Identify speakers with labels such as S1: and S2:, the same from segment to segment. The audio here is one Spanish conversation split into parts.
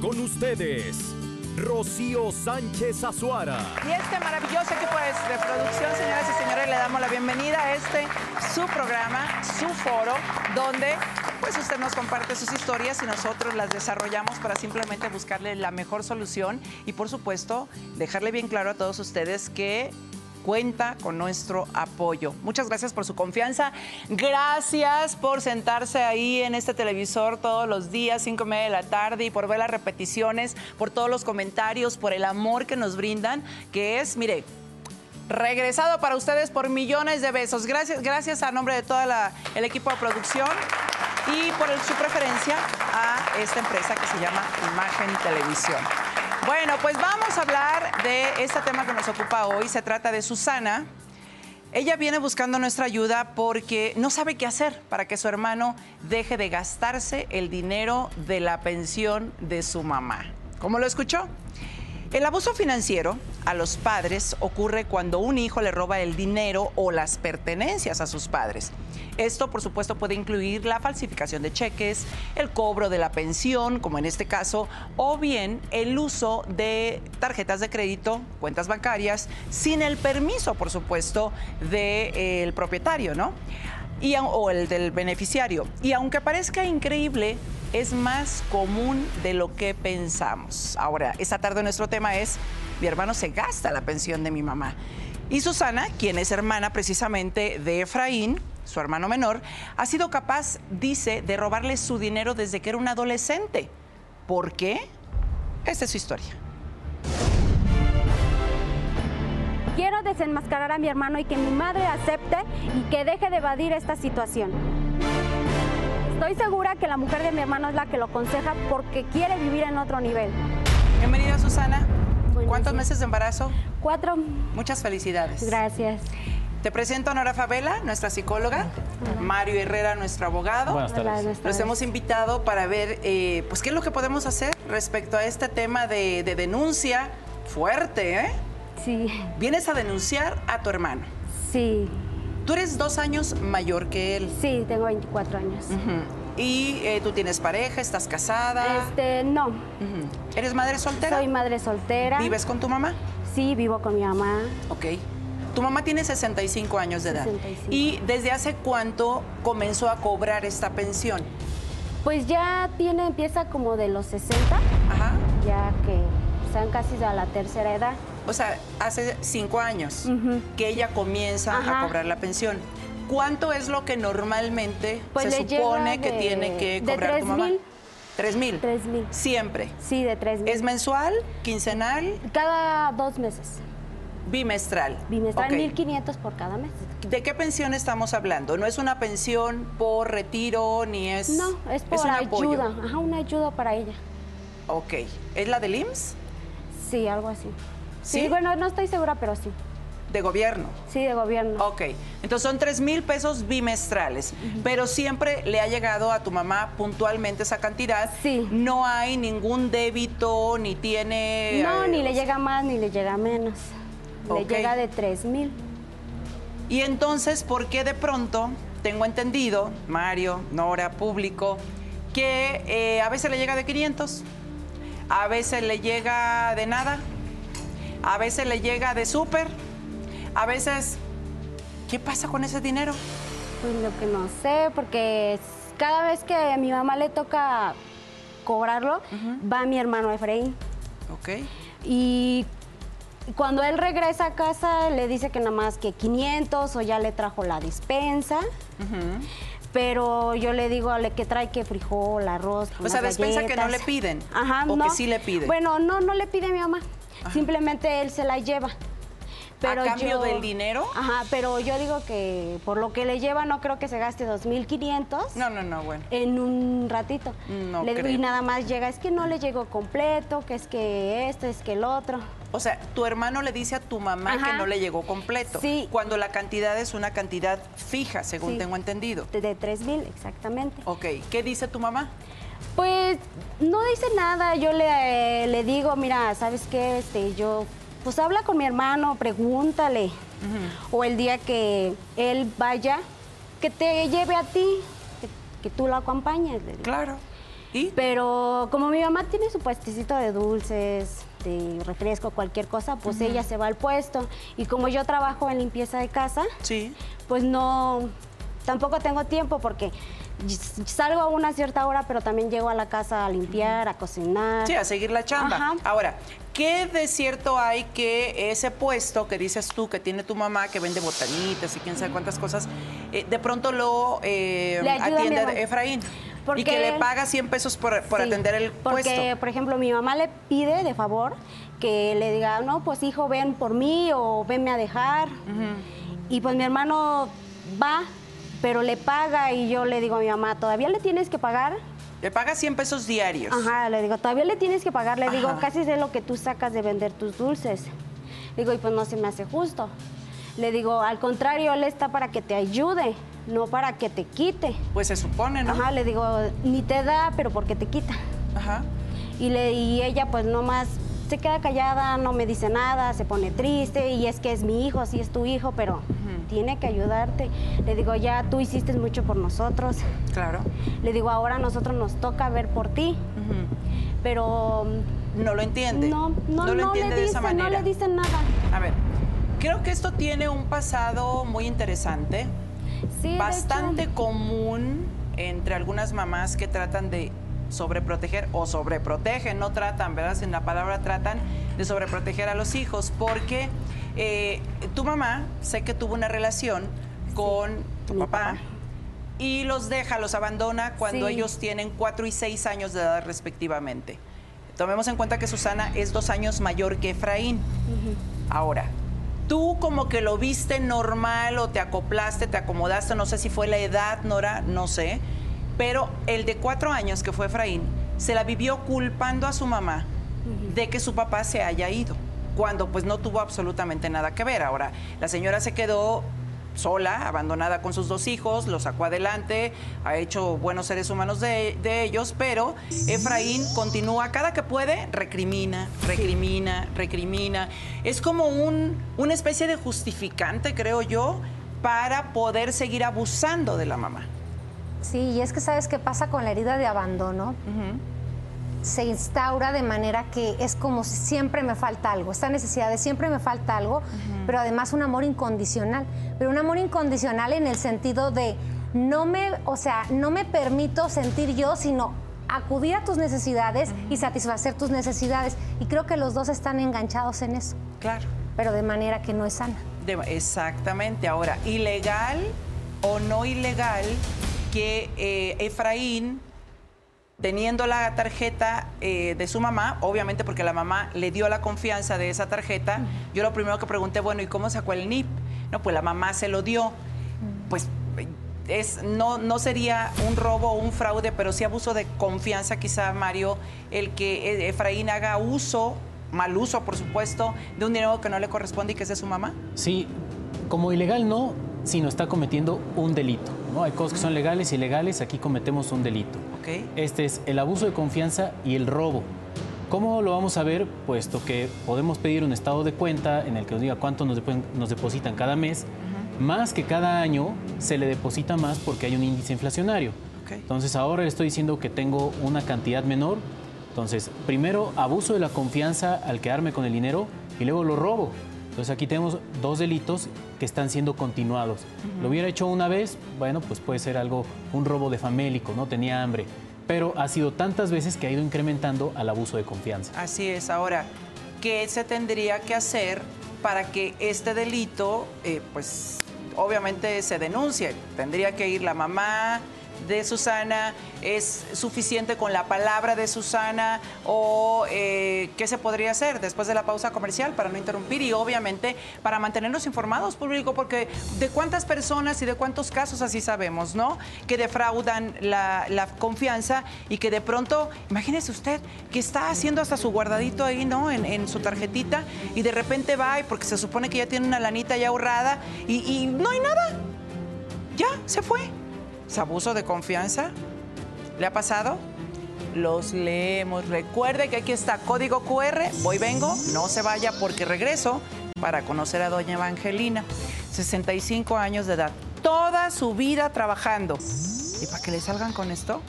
S1: con ustedes, Rocío Sánchez Azuara.
S2: Y este maravilloso equipo de producción, señoras y señores, le damos la bienvenida a este su programa, su foro, donde pues usted nos comparte sus historias y nosotros las desarrollamos para simplemente buscarle la mejor solución y por supuesto dejarle bien claro a todos ustedes que cuenta con nuestro apoyo. Muchas gracias por su confianza. Gracias por sentarse ahí en este televisor todos los días, 5 y media de la tarde, y por ver las repeticiones, por todos los comentarios, por el amor que nos brindan, que es, mire, regresado para ustedes por millones de besos. Gracias, gracias a nombre de todo el equipo de producción y por el, su preferencia a esta empresa que se llama Imagen Televisión. Bueno, pues vamos a hablar de este tema que nos ocupa hoy. Se trata de Susana. Ella viene buscando nuestra ayuda porque no sabe qué hacer para que su hermano deje de gastarse el dinero de la pensión de su mamá. ¿Cómo lo escuchó? El abuso financiero a los padres ocurre cuando un hijo le roba el dinero o las pertenencias a sus padres. Esto, por supuesto, puede incluir la falsificación de cheques, el cobro de la pensión, como en este caso, o bien el uso de tarjetas de crédito, cuentas bancarias, sin el permiso, por supuesto, del de, eh, propietario, ¿no? Y, o el del beneficiario. Y aunque parezca increíble, es más común de lo que pensamos. Ahora, esta tarde nuestro tema es, mi hermano se gasta la pensión de mi mamá. Y Susana, quien es hermana precisamente de Efraín, su hermano menor, ha sido capaz, dice, de robarle su dinero desde que era un adolescente. ¿Por qué? Esta es su historia.
S3: Quiero desenmascarar a mi hermano y que mi madre acepte y que deje de evadir esta situación. Estoy segura que la mujer de mi hermano es la que lo aconseja porque quiere vivir en otro nivel.
S2: Bienvenida, Susana.
S3: Buenos
S2: ¿Cuántos
S3: días.
S2: meses de embarazo?
S3: Cuatro.
S2: Muchas felicidades.
S3: Gracias.
S2: Te presento a Nora Favela, nuestra psicóloga, Mario Herrera, nuestro abogado.
S4: Buenas tardes.
S3: Hola, buenas
S2: Los
S3: tardes.
S2: hemos invitado para ver eh, pues, qué es lo que podemos hacer respecto a este tema de, de denuncia fuerte. ¿eh?
S3: Sí,
S2: Vienes a denunciar a tu hermano.
S3: sí,
S2: Tú eres dos años mayor que él.
S3: sí, tengo 24 años.
S2: Ujú. Y eh, tú tienes pareja, estás casada.
S3: Este, no,
S2: Ujú. ¿Eres madre soltera?
S3: soy madre soltera.
S2: ¿Vives con tu mamá?
S3: Sí, vivo con mi mamá.
S2: Ok. Tu mamá tiene 65 años de edad.
S3: 65.
S2: ¿Y desde hace cuánto comenzó a cobrar esta pensión?
S3: Pues ya tiene, empieza como de los 60,
S2: Ajá.
S3: ya que están casi a la tercera edad.
S2: O sea, hace cinco años
S3: Ujú.
S2: que ella comienza a
S3: Ajá.
S2: cobrar la pensión. ¿Cuánto es lo que normalmente
S3: Pues
S2: se
S3: le llega
S2: supone que
S3: de-
S2: tiene que
S3: de
S2: cobrar tu mamá?
S3: 3,000.
S2: ¿Tres mil?
S3: Tres mil.
S2: Siempre.
S3: Sí, de tres
S2: ¿Es
S3: meses.
S2: mensual, quincenal,
S3: Cada dos meses.
S2: bimestral?
S3: Bimestral,
S2: Ok.
S3: 1.500 por cada mes.
S2: ¿De qué pensión estamos hablando? No es una pensión por retiro ni es.
S3: No, es por
S2: un apoyo.
S3: ayuda. Ajá, una ayuda para ella.
S2: Ok. ¿Es la del IMSS?
S3: Sí, algo así.
S2: ¿Sí?
S3: Sí, bueno, no estoy segura, pero sí.
S2: De gobierno.
S3: Sí, de gobierno.
S2: Ok. Entonces son 3 mil pesos bimestrales. Pero siempre le ha llegado a tu mamá puntualmente esa cantidad.
S3: Sí.
S2: No hay ningún débito, ni tiene.
S3: no,
S2: eh,
S3: ni le
S2: o sea,
S3: llega más ni le llega menos.
S2: Ok.
S3: Le llega de 3.000.
S2: Y entonces, ¿por qué de pronto tengo entendido, Mario, Nora, público, que eh, a veces le llega de 500, a veces le llega de nada, a veces le llega de súper, a veces... ¿Qué pasa con ese dinero?
S3: Pues lo que no sé, porque es- cada vez que a mi mamá le toca cobrarlo, va mi hermano Efraín.
S2: ¿Ok?
S3: Y cuando él regresa a casa, le dice que nada más que 500 o ya le trajo la dispensa. Pero yo le digo le que trae que frijol, arroz,
S2: O sea,
S3: unas
S2: despensa que no
S3: galletas.
S2: le piden,
S3: Ajá,
S2: o que
S3: no.
S2: sí le piden.
S3: Bueno, no, no le pide mi mamá. Simplemente él se la lleva. Pero
S2: ¿A cambio
S3: yo-
S2: del dinero?
S3: Ajá, pero yo digo que por lo que le lleva no creo que se gaste 2.500
S2: No, no, no, bueno.
S3: en un ratito.
S2: No
S3: le digo, y
S2: creo.
S3: nada más llega, es que no le llegó completo, que es que esto, es que el otro.
S2: O sea, tu hermano le dice a tu mamá que
S3: Ajá.
S2: no le llegó completo.
S3: Sí.
S2: Cuando la cantidad es una cantidad fija, según
S3: Sí.
S2: tengo entendido.
S3: De, de 3.000 exactamente.
S2: Ok, ¿qué dice tu mamá?
S3: Pues no dice nada, yo le, le digo, mira, ¿sabes qué? Este, yo, pues habla con mi hermano, pregúntale. O el día que él vaya, que te lleve a ti, que, que tú lo acompañes. le digo.
S2: Claro. ¿Y?
S3: Pero como mi mamá tiene su puestecito de dulces, de refresco, cualquier cosa, pues ella se va al puesto. Y como yo trabajo en limpieza de casa,
S2: Sí.
S3: pues no, tampoco tengo tiempo porque s- salgo a una cierta hora, pero también llego a la casa a limpiar, a cocinar.
S2: Sí, a seguir la chamba.
S3: Ajá.
S2: Ahora, ¿qué de cierto hay que ese puesto que dices tú, que tiene tu mamá, que vende botanitas y quién sabe cuántas cosas, eh, de pronto lo eh,
S3: Le ayuda a mi hermano.
S2: atiende Efraín? Y
S3: Porque-
S2: que le paga 100 pesos por, por
S3: Sí,
S2: atender el
S3: porque,
S2: puesto.
S3: por ejemplo, mi mamá le pide de favor que le diga, no, pues hijo, ven por mí o venme a dejar. Y pues mi hermano va, pero le paga y yo le digo a mi mamá, ¿todavía le tienes que pagar?
S2: Le paga 100 pesos diarios.
S3: Ajá, le digo, todavía le tienes que pagar, le digo,
S2: Ajá.
S3: casi sé lo que tú sacas de vender tus dulces. Digo, y pues no se me hace justo. Le digo, al contrario, él está para que te ayude, no para que te quite.
S2: Pues se supone, ¿no?
S3: Ajá, le digo, ni te da, pero porque te quita.
S2: Ajá.
S3: Y, le, y ella pues nomás se queda callada, no me dice nada, se pone triste y es que es mi hijo, sí es tu hijo, pero tiene que ayudarte. Le digo, ya tú hiciste mucho por nosotros.
S2: Claro.
S3: Le digo, ahora a nosotros nos toca ver por ti,
S2: Ujú.
S3: pero
S2: No lo entiende.
S3: no, no, no
S2: lo
S3: le
S2: entiende de esa
S3: dicen,
S2: manera.
S3: no le dicen nada.
S2: A ver, creo que esto tiene un pasado muy interesante.
S3: Sí, de hecho,
S2: bastante común entre algunas mamás que tratan de sobreproteger o sobreprotegen, no tratan, ¿verdad? Sin la palabra tratan de sobreproteger a los hijos, porque eh, tu mamá sé que tuvo una relación con tu
S3: mi
S2: papá,
S3: papá.
S2: y los deja, los abandona cuando
S3: Sí.
S2: ellos tienen 4 y 6 años de edad respectivamente. Tomemos en cuenta que Susana es dos años mayor que Efraín. Ahora, tú como que lo viste normal o te acoplaste, te acomodaste, no sé si fue la edad, Nora, no sé, pero el de cuatro años que fue Efraín, se la vivió culpando a su mamá de que su papá se haya ido, cuando pues no tuvo absolutamente nada que ver. Ahora, la señora se quedó sola, abandonada con sus dos hijos, los sacó adelante, ha hecho buenos seres humanos de, de ellos, pero Efraín continúa, cada que puede, recrimina, recrimina, recrimina. Es como un, una especie de justificante, creo yo, para poder seguir abusando de la mamá.
S4: Sí, y es que sabes qué pasa con la herida de abandono. Se instaura de manera que es como si siempre me falta algo, esta necesidad de siempre me falta algo, pero además un amor incondicional. Pero un amor incondicional en el sentido de no me, o sea, no me permito sentir yo, sino acudir a tus necesidades y satisfacer tus necesidades. Y creo que los dos están enganchados en eso,
S2: Claro.
S4: pero de manera que no es sana.
S2: De- exactamente. Ahora, ilegal o no ilegal que eh, Efraín, teniendo la tarjeta eh, de su mamá, obviamente porque la mamá le dio la confianza de esa tarjeta, yo lo primero que pregunté, bueno, ¿y cómo sacó el NIP? No, pues la mamá se lo dio. Pues eh, es, no, no sería un robo o un fraude, pero sí abuso de confianza quizá, Mario, el que eh, Efraín haga uso, mal uso, por supuesto, de un dinero que no le corresponde y que es de su mamá.
S5: Sí, como ilegal no, sino está cometiendo un delito. ¿no? Hay cosas que son legales y ilegales, aquí cometemos un delito.
S2: Ok.
S5: Este es el abuso de confianza y el robo. ¿Cómo lo vamos a ver? Puesto que podemos pedir un estado de cuenta en el que nos diga cuánto nos, depo- nos depositan cada mes, más que cada año se le deposita más porque hay un índice inflacionario.
S2: Ok.
S5: Entonces ahora le estoy diciendo que tengo una cantidad menor. Entonces, primero abuso de la confianza al quedarme con el dinero y luego lo robo. Entonces aquí tenemos dos delitos que están siendo continuados. Lo hubiera hecho una vez, bueno, pues puede ser algo, un robo de famélico, no tenía hambre. Pero ha sido tantas veces que ha ido incrementando al abuso de confianza.
S2: Así es. Ahora, ¿qué se tendría que hacer para que este delito, eh, pues, obviamente se denuncie? Tendría que ir la mamá de Susana, es suficiente con la palabra de Susana o eh, qué se podría hacer después de la pausa comercial para no interrumpir y obviamente para mantenernos informados público porque de cuántas personas y de cuántos casos así sabemos, ¿no? Que defraudan la, la confianza y que de pronto, imagínese usted, que está haciendo hasta su guardadito ahí, ¿no? En, en su tarjetita y de repente va y porque se supone que ya tiene una lanita ya ahorrada y, y no hay nada. Ya, se fue. ¿Es abuso de confianza? ¿Le ha pasado? Los leemos. Recuerde que aquí está código QR. Voy, vengo. No se vaya porque regreso para conocer a doña Evangelina. 65 años de edad. Toda su vida trabajando. ¿Y para que le salgan con esto?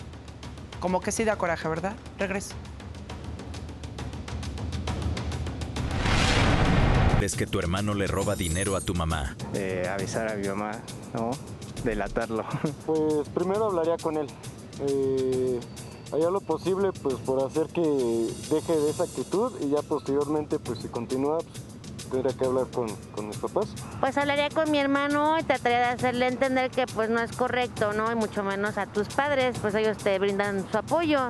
S2: Como que sí da coraje, ¿verdad? Regreso.
S1: Es que tu hermano le roba dinero a tu mamá.
S6: de avisar a mi mamá, ¿no? Delatarlo.
S7: Pues primero hablaría con él. Eh, haría lo posible pues por hacer que deje de esa actitud y ya posteriormente pues si continúa pues, tendría que hablar con, con mis papás.
S8: Pues hablaría con mi hermano y trataría de hacerle entender que pues no es correcto, ¿no? Y mucho menos a tus padres, pues ellos te brindan su apoyo.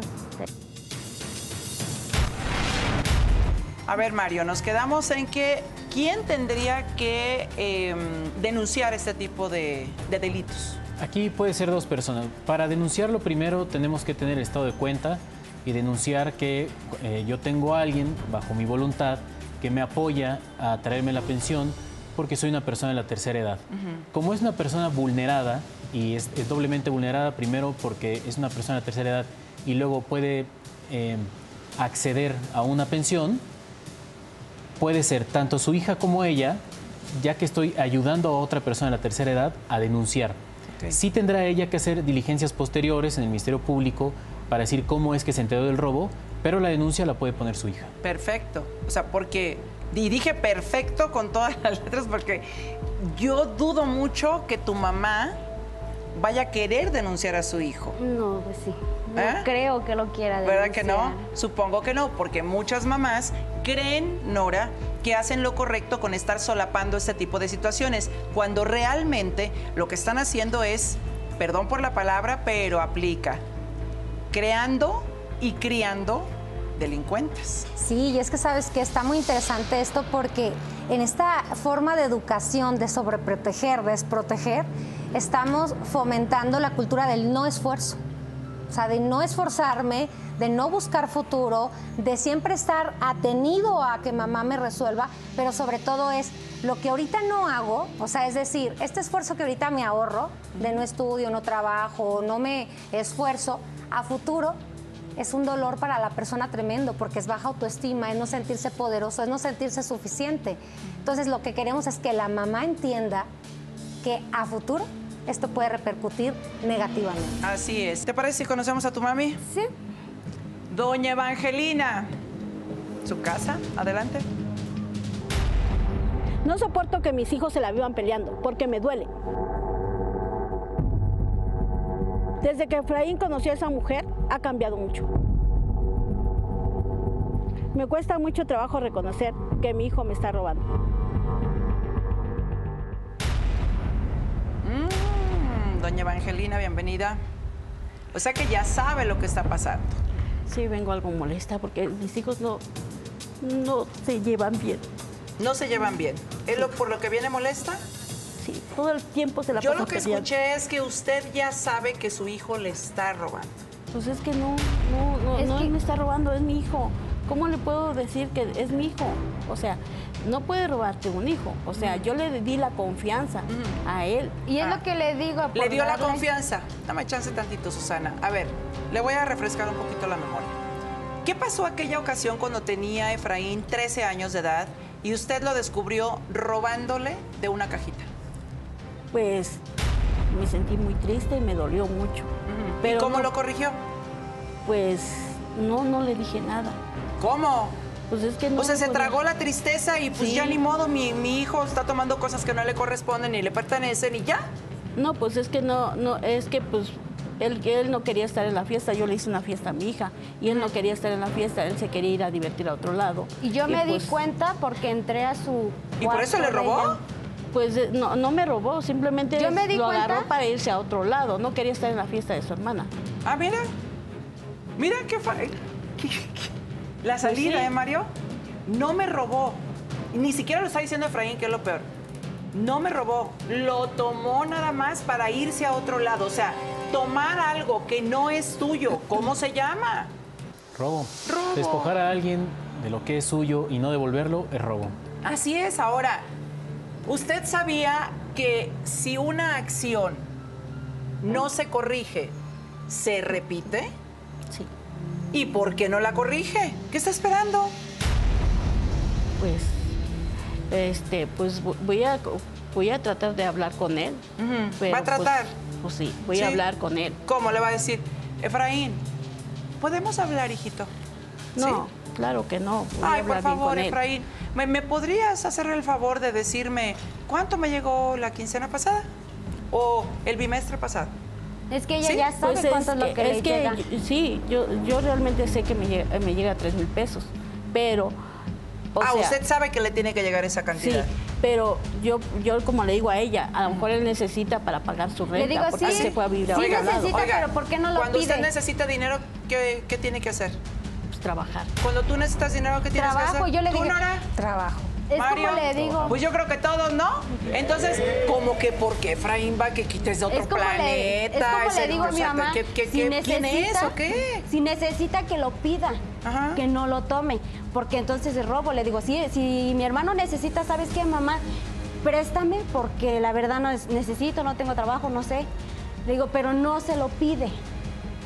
S2: A ver, Mario, nos quedamos en que ¿quién tendría que eh, denunciar este tipo de, de delitos?
S5: Aquí puede ser dos personas. Para denunciarlo primero tenemos que tener el estado de cuenta y denunciar que eh, yo tengo a alguien bajo mi voluntad que me apoya a traerme la pensión porque soy una persona de la tercera edad. Como es una persona vulnerada y es, es doblemente vulnerada primero porque es una persona de la tercera edad y luego puede eh, acceder a una pensión, puede ser tanto su hija como ella, ya que estoy ayudando a otra persona de la tercera edad a denunciar. Sí tendrá ella que hacer diligencias posteriores en el Ministerio Público para decir cómo es que se enteró del robo, pero la denuncia la puede poner su hija.
S2: Perfecto. O sea, porque. Y dije perfecto con todas las letras porque yo dudo mucho que tu mamá vaya a querer denunciar a su hijo.
S3: No, pues sí. No
S2: ¿Eh?
S3: creo que lo quiera
S2: ¿Verdad que no?
S3: denunciar.
S2: Supongo que no, porque muchas mamás creen, Nora, que hacen lo correcto con estar solapando este tipo de situaciones, cuando realmente lo que están haciendo es, perdón por la palabra, pero aplica, creando y criando delincuentes.
S4: Sí, y es que sabes que está muy interesante esto porque en esta forma de educación de sobreproteger, desproteger, estamos fomentando la cultura del no esfuerzo. O sea, de no esforzarme, de no buscar futuro, de siempre estar atenido a que mamá me resuelva, pero sobre todo es lo que ahorita no hago, o sea, es decir, este esfuerzo que ahorita me ahorro, de no estudio, no trabajo, no me esfuerzo, a futuro es un dolor para la persona tremendo porque es baja autoestima, es no sentirse poderoso, es no sentirse suficiente. Entonces lo que queremos es que la mamá entienda que a futuro esto puede repercutir negativamente.
S2: Así es. ¿Te parece si conocemos a tu mami?
S3: Sí.
S2: Doña Evangelina. Su casa, adelante.
S9: No soporto que mis hijos se la vivan peleando, porque me duele. Desde que Efraín conoció a esa mujer, ha cambiado mucho. Me cuesta mucho trabajo reconocer que mi hijo me está robando.
S2: Mm, Doña Evangelina, bienvenida. O sea que ya sabe lo que está pasando.
S9: Sí, vengo algo molesta porque mis hijos no, no se llevan bien.
S2: No se llevan bien. ¿Es lo, por lo que viene molesta?
S9: Sí, todo el tiempo se la
S2: Yo
S9: pasan
S2: lo que
S9: peleando.
S2: escuché es que usted ya sabe que su hijo le está robando.
S9: Pues es que no, no, no,
S3: Es
S9: no,
S3: que-
S9: él me está robando, es mi hijo. ¿Cómo le puedo decir que es mi hijo? O sea, no puede robarte un hijo. O sea, yo le di la confianza a él.
S4: Y
S2: es Ah. lo
S4: que le digo.
S2: Le dio la confianza. Dame chance tantito, Susana. A ver, le voy a refrescar un poquito la memoria. ¿Qué pasó aquella ocasión cuando tenía Efraín 13 años de edad y usted lo descubrió robándole de una cajita?
S9: Pues me sentí muy triste y me dolió mucho.
S2: ¿Y
S9: Pero
S2: cómo
S9: no,
S2: lo corrigió?
S9: pues no, no le dije nada.
S2: ¿Cómo?
S9: Pues es que no.
S2: o sea, se
S9: podía-
S2: tragó la tristeza y pues
S9: Sí.
S2: ya ni modo, mi, mi hijo está tomando cosas que no le corresponden ni le pertenecen y ya.
S9: No, pues es que no, no, es que pues él, él no quería estar en la fiesta, yo le hice una fiesta a mi hija y él no quería estar en la fiesta, él se quería ir a divertir a otro lado.
S3: Y yo me di
S9: pues,
S3: cuenta porque entré a su.
S2: ¿Y por eso
S3: cuarto
S2: le
S3: de
S2: robó?
S3: ella.
S9: Pues eh, no, no me robó, simplemente
S3: Yo me di
S9: lo agarró
S3: cuenta-
S9: para irse a otro lado, no quería estar en la fiesta de su hermana.
S2: Ah, mira. Mira qué fa... qué- qué- qué- La salida,
S9: Pues sí.
S2: ¿eh, Mario? No me robó. Ni siquiera lo está diciendo Efraín, que es lo peor. No me robó. Lo tomó nada más para irse a otro lado. O sea, tomar algo que no es tuyo. ¿Cómo se llama?
S5: Robo.
S2: Robo.
S5: Despojar a alguien de lo que es suyo y no devolverlo es robo.
S2: Así es, ahora, usted sabía que si una acción no se corrige, se repite.
S9: Sí,
S2: ¿Y por qué no la corrige? ¿Qué está esperando?
S9: pues, este, pues vo- voy a, co- voy a tratar de hablar con él.
S2: Ujú,
S9: pero,
S2: ¿va a
S9: pues,
S2: tratar?
S9: Pues, sí, voy
S2: Sí.
S9: a hablar con él.
S2: ¿Cómo le va a decir? Efraín, ¿Podemos hablar, hijito?
S9: No,
S2: ¿Sí?
S9: claro que no. voy a
S2: Ay, por
S9: hablar bien
S2: favor,
S9: con él.
S2: Efraín, ¿me, me podrías hacer el favor de decirme cuánto me llegó la quincena pasada? ¿O el bimestre pasado?
S3: Es que ella
S2: Sí,
S3: ya sabe
S9: Pues es
S3: cuánto es lo que, le
S9: es que
S3: llega.
S9: Sí, yo, yo realmente sé que me llega, me llega a 3 mil pesos, pero... o
S2: ah,
S9: sea,
S2: usted sabe que le tiene que llegar esa
S9: Sí,
S2: cantidad.
S9: pero yo, yo como le digo a ella, a lo mejor él necesita para pagar su renta.
S3: Le digo,
S9: porque
S3: sí,
S9: se fue pues, a vivir
S3: sí
S9: a otro
S2: Oiga,
S9: lado,
S3: necesita,
S2: oiga,
S3: pero ¿por qué no lo
S2: Cuando usted
S3: pide?
S2: necesita dinero, ¿qué, qué tiene que hacer?
S9: pues, trabajar.
S2: Cuando tú necesitas dinero, ¿qué tienes que
S3: Trabajo,
S2: hacer?
S3: yo le
S2: ¿Tú,
S3: dije-
S2: Nora?
S4: Trabajo.
S3: Es
S2: Mario?
S3: como le digo.
S2: Pues yo creo que todos, ¿no? Entonces, como que por qué Efraín va que quites de otro
S3: es como le, es
S2: planeta?
S3: como
S2: Ese-
S3: le digo a mi
S2: o sea,
S3: mamá,
S2: ¿qué- qué-
S3: si
S2: qué- ¿Quién
S3: necesita,
S2: es o qué?
S3: si necesita que lo pida,
S2: Ajá.
S3: que no lo tome, porque entonces es robo. Le digo, si, si mi hermano necesita, ¿sabes qué, mamá? Préstame porque la verdad no es- necesito, no tengo trabajo, no sé. Le digo, pero no se lo pide,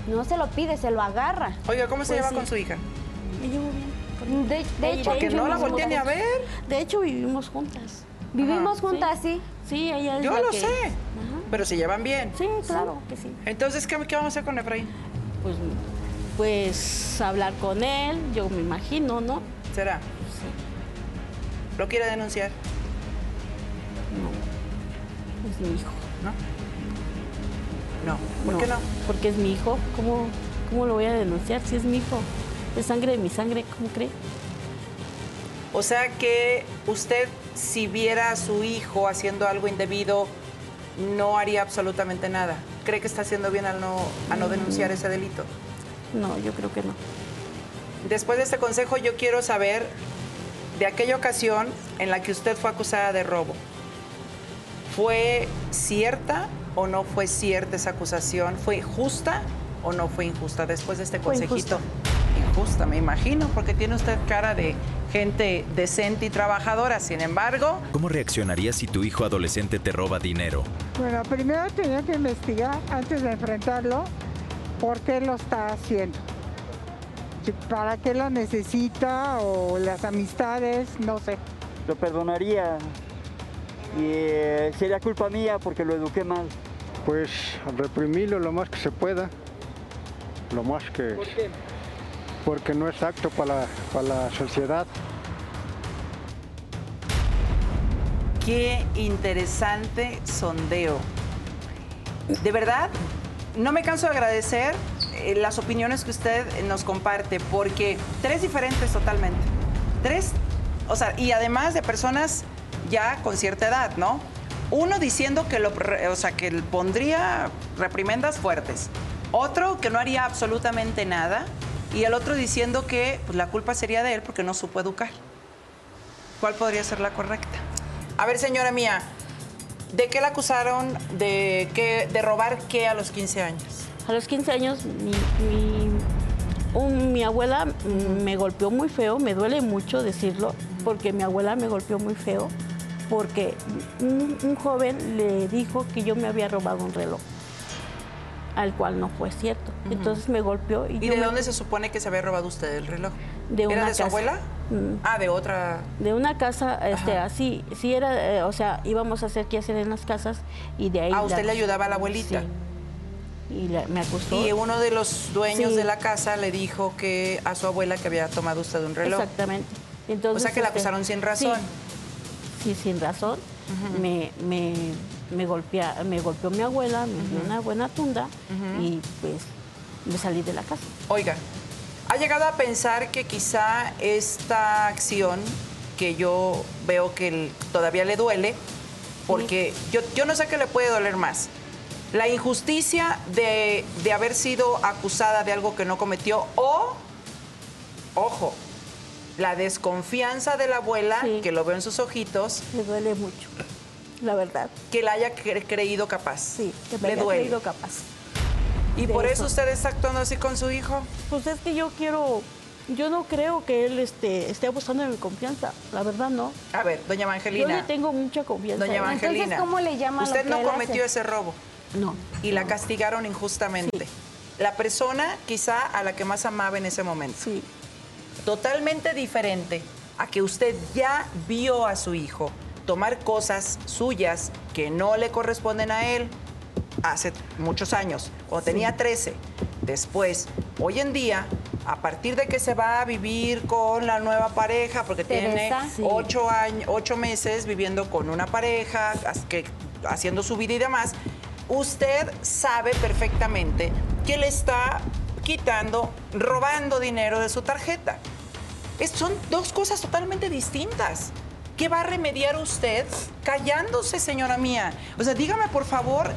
S3: no se lo pide, se lo agarra.
S2: Oiga, ¿cómo se
S9: Pues
S2: lleva
S9: sí.
S2: con su hija?
S9: Me llevo bien.
S3: De, de hecho,
S2: Porque no la
S3: vivimos
S2: volteé ni a
S3: juntas.
S2: ver.
S9: De hecho, vivimos juntas.
S3: Vivimos juntas, sí.
S9: Sí, ella es
S2: Yo
S9: la
S2: lo
S9: que-
S2: sé. Pero se llevan bien.
S9: Sí, claro que sí.
S2: Entonces, ¿qué, qué vamos a hacer con Efraín?
S9: Pues, pues hablar con él, yo me imagino, ¿no?
S2: ¿Será? ¿Lo quiere denunciar?
S9: Es mi hijo.
S2: ¿No? No. ¿Por qué no?
S9: Porque es mi hijo. ¿Cómo, ¿Cómo lo voy a denunciar si es mi hijo? Es sangre de mi sangre, ¿cómo cree?
S2: O sea que usted, si viera a su hijo haciendo algo indebido, no haría absolutamente nada. ¿Cree que está haciendo bien al no, a no denunciar ese delito?
S9: No, yo creo que no.
S2: Después de este consejo, yo quiero saber de aquella ocasión en la que usted fue acusada de robo. ¿Fue cierta o no fue cierta esa acusación? ¿Fue justa o no fue injusta? Después de este
S9: Fue
S2: consejito. Injusta, me imagino, porque tiene usted cara de gente decente y trabajadora. Sin embargo,
S1: ¿Cómo reaccionarías si tu hijo adolescente te roba dinero?
S10: Bueno, primero tenía que investigar antes de enfrentarlo por qué lo está haciendo. Si- ¿Para qué lo necesita o las amistades? No sé.
S7: Lo perdonaría y eh, sería culpa mía porque lo eduqué mal.
S6: Pues reprimirlo lo más que se pueda, lo más que... Porque no es apto para, para la sociedad.
S2: Qué interesante sondeo. De verdad, no me canso de agradecer eh, las opiniones que usted nos comparte, porque tres diferentes totalmente. Tres, o sea, y además de personas ya con cierta edad, ¿no? Uno diciendo que lo, re- o sea, que le pondría reprimendas fuertes. Otro que no haría absolutamente nada. Y el otro diciendo que pues, la culpa sería de él porque no supo educar. ¿Cuál podría ser la correcta? A ver, señora mía, ¿de qué la acusaron de, qué, de robar qué a los 15 años?
S9: A los 15 años, mi, mi- un- mi abuela mm, me golpeó muy feo, me duele mucho decirlo, porque mi abuela me golpeó muy feo, porque un, un joven le dijo que yo me había robado un reloj, al cual no fue cierto. Entonces me golpeó y,
S2: ¿Y
S9: yo
S2: de
S9: me-
S2: dónde se supone que se había robado usted el reloj?
S9: De
S2: ¿Era
S9: una
S2: de su
S9: casa.
S2: abuela?
S9: Mm.
S2: Ah, de otra.
S9: de una casa este
S2: Ajá.
S9: así sí era eh, o sea íbamos a hacer qué hacer en las casas y de ahí
S2: Ah, usted le ayudaba a la abuelita.
S9: Sí. y la- me acusó
S2: Y uno de los dueños
S9: Sí.
S2: de la casa le dijo que a su abuela que había tomado usted un reloj.
S9: Exactamente. Entonces,
S2: O sea que la
S9: este,
S2: acusaron sin
S9: sí,
S2: razón.
S9: Sí, sin razón. me, me, me, golpea, me golpeó mi abuela, me dio una buena tunda y pues me salí de la casa.
S2: Oiga, ¿ha llegado a pensar que quizá esta acción que yo veo que el- todavía le duele, porque yo, yo no sé qué le puede doler más, la injusticia de, de haber sido acusada de algo que no cometió o, ojo, la desconfianza de la abuela,
S9: Sí.
S2: que lo veo en sus ojitos,
S9: Me duele mucho, la verdad.
S2: que la haya cre- creído capaz.
S9: Sí, que me
S2: le
S9: haya
S2: duele.
S9: creído capaz.
S2: ¿Y
S9: de
S2: por eso
S9: eso.
S2: usted está actuando así con su hijo?
S9: Pues es que yo quiero, yo no creo que él este, esté abusando de mi confianza, la verdad no.
S2: A ver, doña Evangelina.
S9: Yo le tengo mucha confianza.
S2: Doña
S9: ¿eh?
S2: Evangelina.
S3: ¿cómo le llama lo
S2: Usted
S3: que
S2: no
S3: él hace?
S2: cometió ese robo
S9: No.
S2: y la castigaron injustamente. La persona quizá a la que más amaba en ese momento.
S9: Sí,
S2: Totalmente diferente a que usted ya vio a su hijo tomar cosas suyas que no le corresponden a él hace muchos años, cuando tenía 13. Después, hoy en día, a partir de que se va a vivir con la nueva pareja, porque tiene
S11: Teresa, sí.
S2: ocho, años, ocho meses viviendo con una pareja, as- que- haciendo su vida y demás, usted sabe perfectamente que le está quitando, robando dinero de su tarjeta. Es- son dos cosas totalmente distintas. ¿Qué va a remediar usted callándose, señora mía? O sea, dígame por favor,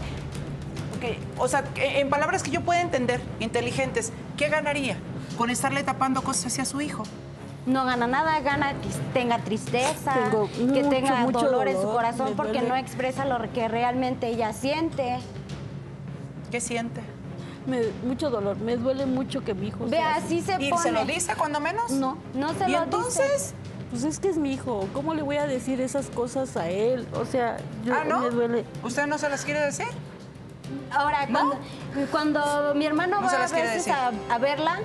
S2: que- o sea, que- en palabras que yo pueda entender, inteligentes, ¿qué ganaría con estarle tapando cosas hacia su hijo?
S3: No gana nada, gana que tenga tristeza,
S2: Tengo
S3: que
S2: mucho,
S3: tenga
S2: mucho
S3: dolor en su
S2: dolor,
S3: corazón
S2: me
S3: porque
S2: duele.
S3: no expresa lo que realmente ella siente.
S2: ¿Qué siente?
S9: Me- mucho dolor, me duele mucho que mi hijo
S3: Ve, así se ¿Y
S9: ¿Y
S3: se pone.
S9: se
S3: lo
S9: lo
S3: dice
S9: dice
S2: cuando menos?
S9: No,
S3: no se
S9: ¿Y
S3: lo
S9: entonces? Pues es que es mi hijo, ¿cómo le voy a decir esas cosas a él? O sea, yo,
S3: Ah, ¿no?
S9: me duele.
S2: ¿Usted no se las quiere decir?
S3: Ahora, cuando, cuando mi hermano
S9: No se
S3: va a
S9: las quiere
S3: veces
S9: decir.
S3: a, a verla,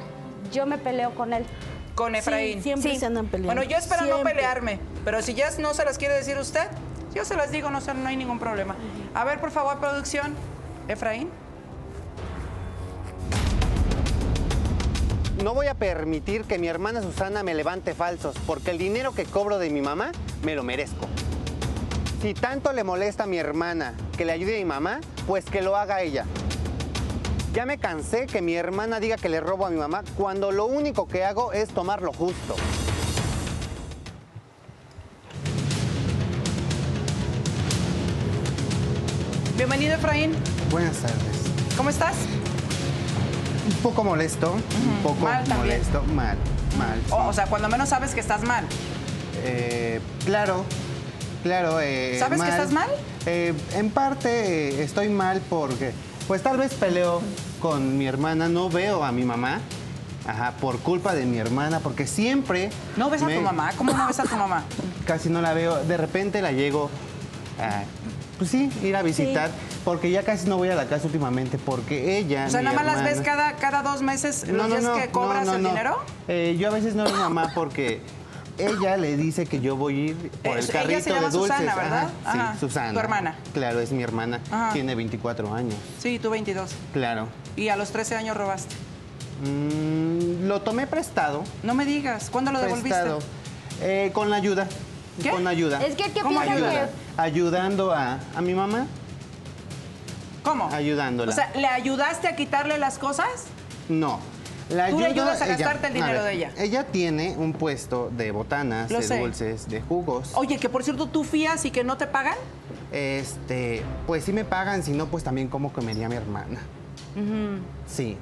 S3: yo me peleo con él.
S2: Con
S3: Sí,
S2: Efraín.
S3: siempre se andan peleando.
S2: Bueno, yo espero no
S3: Siempre.
S2: pelearme, pero si ya no se las quiere decir usted, yo se las digo, no, sé, no hay ningún problema. A ver, por favor, producción. Efraín.
S12: No voy a permitir que mi hermana Susana me levante falsos, porque el dinero que cobro de mi mamá me lo merezco. Si tanto le molesta a mi hermana que le ayude a mi mamá, pues que lo haga ella. Ya me cansé que mi hermana diga que le robo a mi mamá cuando lo único que hago es tomar lo justo.
S2: Bienvenido, Efraín.
S12: Buenas tardes.
S2: ¿Cómo estás?
S12: Un poco molesto, un poco
S2: mal también.
S12: molesto, mal, mal.
S2: O, o sea, cuando menos sabes que estás mal.
S12: Eh, claro, claro. eh,
S2: ¿Sabes que estás mal?
S12: Eh, en parte eh, estoy mal porque, pues tal vez peleo con mi hermana, no veo a mi mamá. Ajá, por culpa de mi hermana, porque siempre...
S2: ¿No ves a tu mamá? ¿Cómo no ves a tu mamá?
S12: Casi no la veo. De repente la llego a, pues sí, ir a visitar, porque ya casi no voy a la casa últimamente, porque ella...
S2: O sea,
S12: mi
S2: nada más las ves
S12: hermana-
S2: cada, cada dos meses los días que cobras
S12: no, no,
S2: el
S12: no.
S2: dinero.
S12: Eh, yo a veces no a mi mamá porque ella le dice que yo voy a ir por
S2: Eh,
S12: el
S2: ella
S12: carrito
S2: se llama
S12: de dulces.
S2: Susana,
S12: Ajá,
S2: ¿verdad? Ajá,
S12: Sí, Susana.
S2: tu hermana.
S12: Claro, es mi hermana.
S2: Ajá.
S12: Tiene 24 años.
S2: Sí, tú 22.
S12: Claro.
S2: Y a los 13 años robaste.
S12: Mm, lo tomé prestado.
S2: No me digas, ¿cuándo lo devolviste?
S12: Prestado. Eh, con la ayuda.
S2: ¿Qué?
S12: Con ayuda.
S2: Es que, ¿qué ¿Cómo piensan
S12: ayuda? Ayudando a, a mi mamá.
S2: ¿Cómo?
S12: Ayudándola.
S2: O sea, ¿le ayudaste a quitarle las cosas?
S12: No. La
S2: Tú le
S12: ayudo
S2: ayudas a gastarte el dinero de ella.
S12: Ella tiene un puesto de botanas,
S2: Lo
S12: de
S2: sé.
S12: dulces, de jugos.
S2: Oye, que por cierto, tú fías y que no te pagan.
S12: Este, pues sí me pagan, si no, pues también como comería mi hermana. Sí,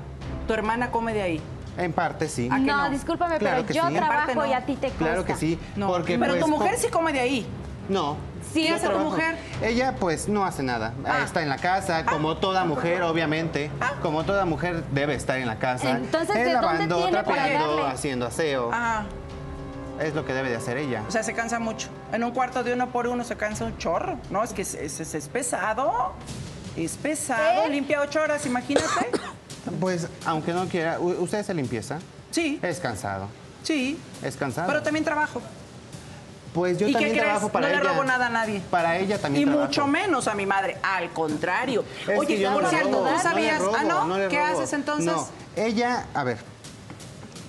S2: Tu hermana come de ahí.
S12: en parte sí.
S2: ¿A que no?
S3: No, discúlpame,
S12: Claro que
S3: pero yo
S12: sí.
S3: trabajo
S2: Aparte no.
S3: y a ti te cuesta.
S12: Claro que sí, porque
S2: Pero
S12: pues,
S2: tu mujer
S12: por-
S2: sí come de ahí.
S12: No.
S2: Sí,
S12: yo
S2: hace tu
S12: trabajo.
S2: mujer. Ah.
S12: Ella pues no hace nada. Está en la casa, como toda mujer, obviamente. Como toda mujer debe estar en la casa.
S2: Entonces,
S12: Eh,
S2: ¿de dónde
S12: lavando,
S2: tiene para
S12: trapeando,
S2: darle?
S12: haciendo aseo.
S2: Ajá.
S12: Es lo que debe de hacer ella.
S2: O sea, se cansa mucho. En un cuarto de uno por uno se cansa un chorro. No, es que es, es- es- es pesado. Es
S3: ¿Eh?
S2: pesado. Limpia ocho horas, imagínate.
S12: Pues, aunque no quiera, ¿u- ¿usted se limpieza?
S2: Sí.
S12: Es cansado.
S2: Sí.
S12: Es cansado.
S2: Pero también trabajo.
S12: Pues yo
S2: ¿Y
S12: también
S2: qué crees?
S12: trabajo para
S2: no
S12: ella.
S2: le robo nada a nadie.
S12: Para ella también
S2: Y
S12: trabajo.
S2: mucho menos a mi madre. Al contrario.
S12: Es
S2: Oye,
S12: que yo no
S2: por
S12: le
S2: cierto,
S12: robo,
S2: ¿tú
S12: no le
S2: sabías?
S12: robo,
S2: ah, no.
S12: no le
S2: ¿Qué
S12: robo.
S2: haces entonces?
S12: No, ella, a ver.